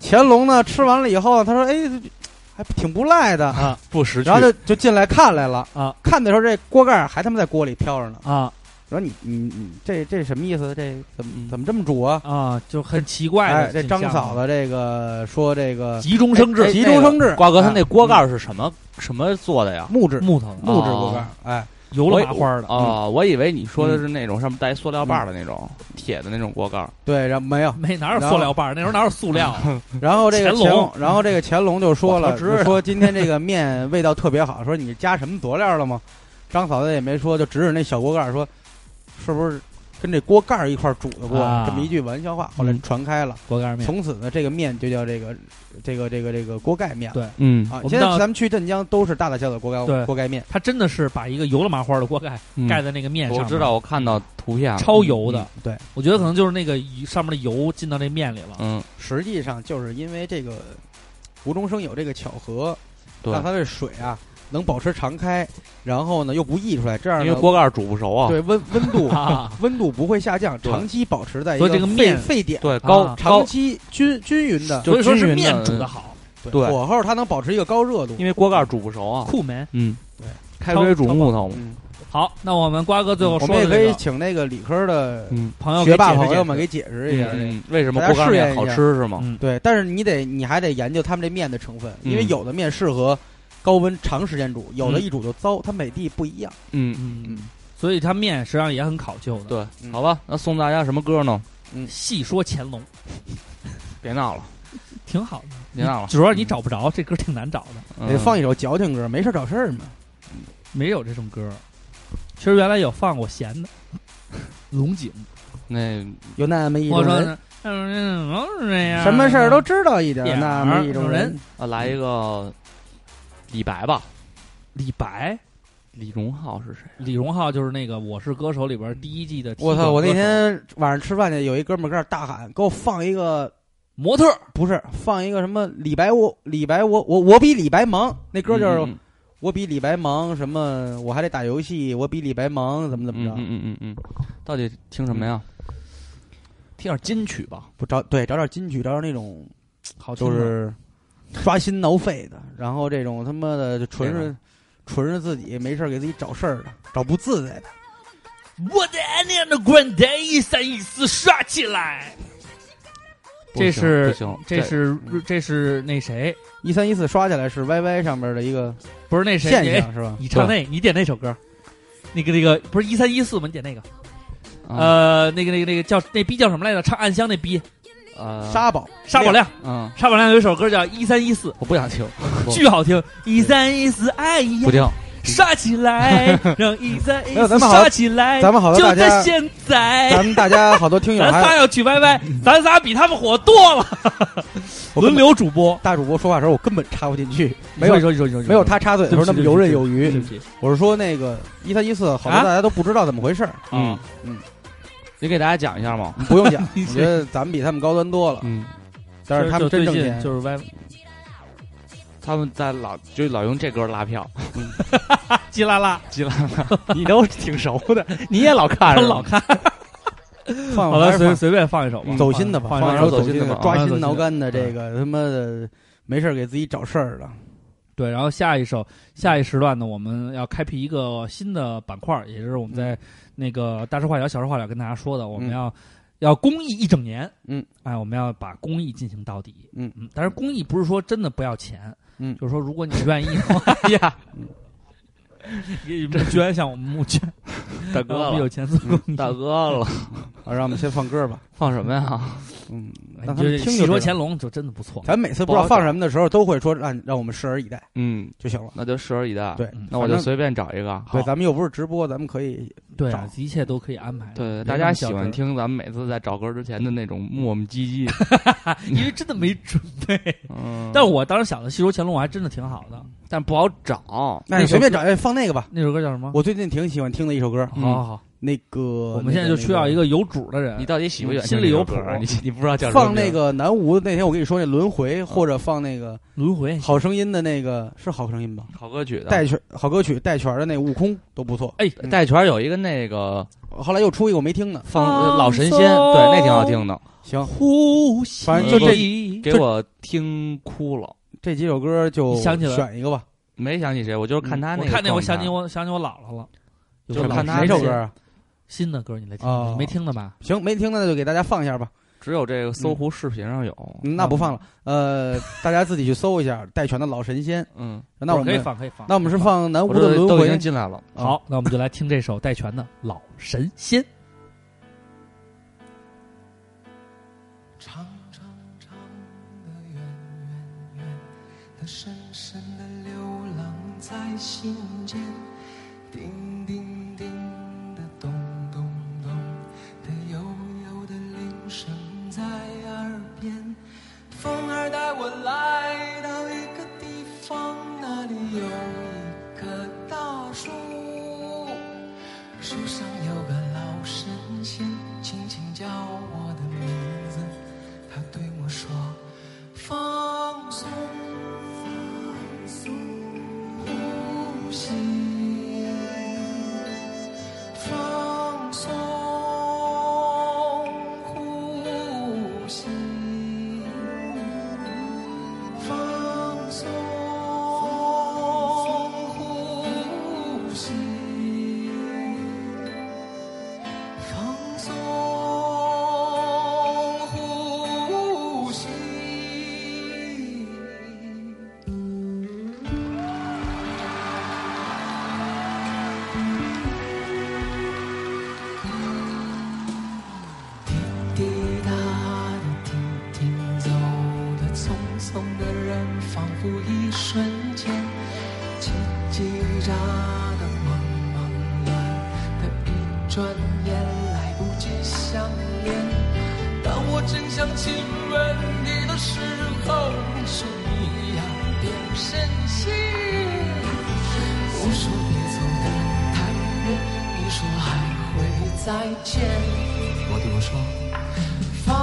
乾隆呢吃完了以后，他说，哎，还挺不赖的。
啊
不识趣
然，后就就进来看来了
啊！
看的时候，这锅盖儿还他妈在锅里飘着呢。
啊
我说你你你这这什么意思？这怎么
嗯
怎么这么煮啊？
啊，就很奇怪
哎，
的
这
景
张
象
嫂子这个说这个
急中生智，
急中生智，
瓜哥他
哎
那锅盖儿是什么什么做的呀？
木质
木头的啊
木质
哦
锅盖儿，哎，
油了麻花儿的
啊，我以为你说的是那种上面带塑料把儿的那种铁的那种锅盖儿，
对，然后没有，
没哪有塑料瓣儿，那时候哪有塑料 啊
然后这个
乾
乾
隆
隆，然后这个乾隆就说
我
了，
知道
就说今天这个面味道特别好，说你加什么佐料了吗？张嫂子也没说，就指指那小锅盖儿说，是不是跟这锅盖儿一块儿煮的锅？
啊
这么一句玩笑话，后来
嗯
传开了，
锅盖儿面？
从此呢，这个面就叫这个这个这个这个锅盖面了。
对
嗯
啊
我，们
现在
到
咱们去镇江都是大大小小的锅
对
盖锅盖面，
它真的是把一个油了麻花儿的锅盖
嗯
盖在那个面上
我
面，
知道，我看到图片了
超油的，。
对，
我觉得可能就是那个油上面的油进到那面里了。
嗯，
实际上就是因为这个无中生有这个巧合，
对
让它这水啊能保持常开，然后呢又不溢出来，这样
因为
呢
锅盖儿煮不熟啊，
对温温度、
啊，
温度不会下降，
对
长期保持在一
所以
个
这个
沸
面
沸点，
对高
啊
高
长，期均均匀的
就
所以说是
均匀
面
的
煮的好，
对
火候，它能保持一个高热度
因。为锅盖儿煮不熟啊，
酷没？
嗯，
对，
开水煮木头嘛，
嗯，
好，那我们瓜哥最后
我
说
们也
的
可
这
以
个
请那个理科的
嗯，
朋友给
学霸
解释
朋友们
解
给
释
解释一下这个。
嗯，为什么
大家
锅盖儿
试验
面
一
好
下
吃是吗？
嗯
对，但是你得你还得研究他们这面的成分，因为
嗯
有的面适合高温长时间煮，有的
嗯
一煮就糟，它每地不一样。
嗯
嗯嗯，所以它面实际上也很考究的。，
对，
嗯
好吧，那送大家什么歌呢？
细说乾隆
别闹了，
挺好的，
别闹了，
主要是你找不着这歌挺难找的，
得放
一
一首矫情歌，没事儿找事儿嘛。
没有这种歌。其实原来有放过闲的，龙井
那
有那么一
我
种
说
人，
呢，嗯，都是这样，
什么事儿都知道一点儿，
点
那
儿
么一种
种
人
人。
啊来一个李白吧，
李白、
李荣浩是谁？
李荣浩就是那个《我是歌手》里边第一季的。
我操！我那天晚上吃饭去，有一哥们儿搁那儿大喊，给我放一个
模特儿，
不是放一个什么李白我李白我我我比李白忙，那歌就是、
嗯
我比李白忙什么，我还得打游戏，我比李白忙怎么怎么着，
嗯嗯嗯嗯嗯，到底听什么呀？听点金曲吧，
不找对找点金曲，找点那种
好听
就
的
是刷心挠肺的，然后这种他妈的就纯
对
是纯是自己没事儿给自己找事儿的，找不自在的。
我的暗恋的光蛋一三一四刷起来。
不
这
行
是
不行，
这是这是那谁？
一三一四刷起来是 YY 上面的一个
不是那谁？
现
你
象是吧？
你唱那，你点那首歌，那个那个不是一三一四吗？你点那个，
啊
呃，那个那个那个叫那逼叫什么来着？唱《暗香》那逼啊
呃
沙宝
沙宝亮，
嗯，
沙宝亮有一首歌叫《一三一四》，
我不想听，不
巨好听，一三一四爱呀
不，听，
刷起 来，让一三一
没有
四
咱们好
刷起来，
咱们好多
哎就
大家
在现在
咱。们大家好多 听友
咱
还
仨要去 YY，咱仨比他们火多了。
我
轮
根本
流主播，
大主播说话的时候，我根本插不进去，没有
你说你说你说，你说
没有，他插嘴的时候那么游刃有余。
对不起，
我是说那个一三一四，好多
啊
大家都不知道怎么回事儿，
嗯
嗯，
你给大家讲一下嘛，
不用讲，
你
我觉得咱们比他们高端多了，
嗯，
但是他们真挣钱。
就是 YY
他们在老就老用这歌拉票，
叽啦啦，
基拉拉，你都挺熟的，你也老看
哎
他
着，
老看。
放
好
了
了，随随便放一首吧，
走心的吧，
放
放
一
一
首
首
走
心
心的
吧
吧
抓
放一首
心
走
挠
心的嗯
肝的这个他妈的，没事儿给自己找事儿的。
对，然后下一首下一时段呢，我们要开辟一个新的板块儿，也就是我们在那个大事化小、小事化了跟大家说的，我们
嗯
要、要公益一整年。
嗯，
哎，我们要把公益进行到底。
嗯
嗯，但是公益不是说真的不要钱，
嗯
就是说如果你愿意的话 呀，也捐向我们募捐，
大
我
哥
们
了
有，钱做公益。
大哥了，
啊，让我们先放歌吧。
放什么呀？
嗯，
哎
让
你
他们
就
听
戏
就
说
知
乾
道。
隆就真的不错。
咱每次不知道放什么的时候，都会说让让我们拭而以待
嗯，
就行了。
那就拭而以待。
对，
嗯
那我就随便找一个。
对，
好
咱们又不是直播，咱们可以
对啊，
找
一切都可以安排的。
对，
别
大
那
家
么
喜
较
欢
真儿，
听咱们每次在找歌之前的那种磨磨唧唧。
因为真的没准备。
嗯，
但我当时想的《戏说乾隆》我还真的挺好的。
但不好找。
那你啊随便找，哎，放那个吧。
那首歌叫什么？
我最近挺喜欢听的一首歌，
嗯
好好好，
那个
我们现在就需要一
个
个有主的人。
你到底喜不喜欢
心
听
里
这
有
首歌
谱
啊你你不知道叫什么
放那
名儿
个南无那天我跟你说那轮回，或者放嗯那啊个
轮回，
好声音的那个是好声音吧？
好歌曲的
带全好歌曲带全的那悟空都不错。
哎，
戴圈有一个那个
后来又出一个我没听呢，
放
放
老神仙，对，那挺好听的，
行，
呼吸，
反
正就这
你
给我听哭了。
这几首歌就
你想起来
选一个吧。
没想起谁，我就是看
我
他那个状态。
看见我想起我想起我姥姥了，
就
有
是
个
看
老
哪
他
师
首
那
歌
些
啊？
新的歌，你来听
哦
听，你没听的吧？
行，没听的那就给大家放一下吧。
只有这个搜狐视频上有。
嗯那不放了，呃，大家自己去搜一下戴全的《老神仙》。
嗯，
那我
可以
们
放，可以放。
那我们是放南无
我
的
这
轮
都已
回
经。进来了。
啊
好，那我们就来听这首戴荃的《老神仙》。
长长长的、远远远的、深深的流浪在心间，叮叮叮的、咚咚咚的、悠悠的铃声在耳边。风儿带我来到一个地方，那里有一棵大树，树上有个老神仙，轻轻叫我的名字。他对我说：“放松，放松，呼吸，放松，呼吸，放松，呼吸。”放松呼吸。滴滴答的，停停走的，匆匆的人，仿佛一瞬间，叽叽喳喳的，忙忙乱的，一转眼来不及想想念。当我真想亲吻你的时候，你说你要变身仙。我说别走得太远，你说还会再见。我对我说。放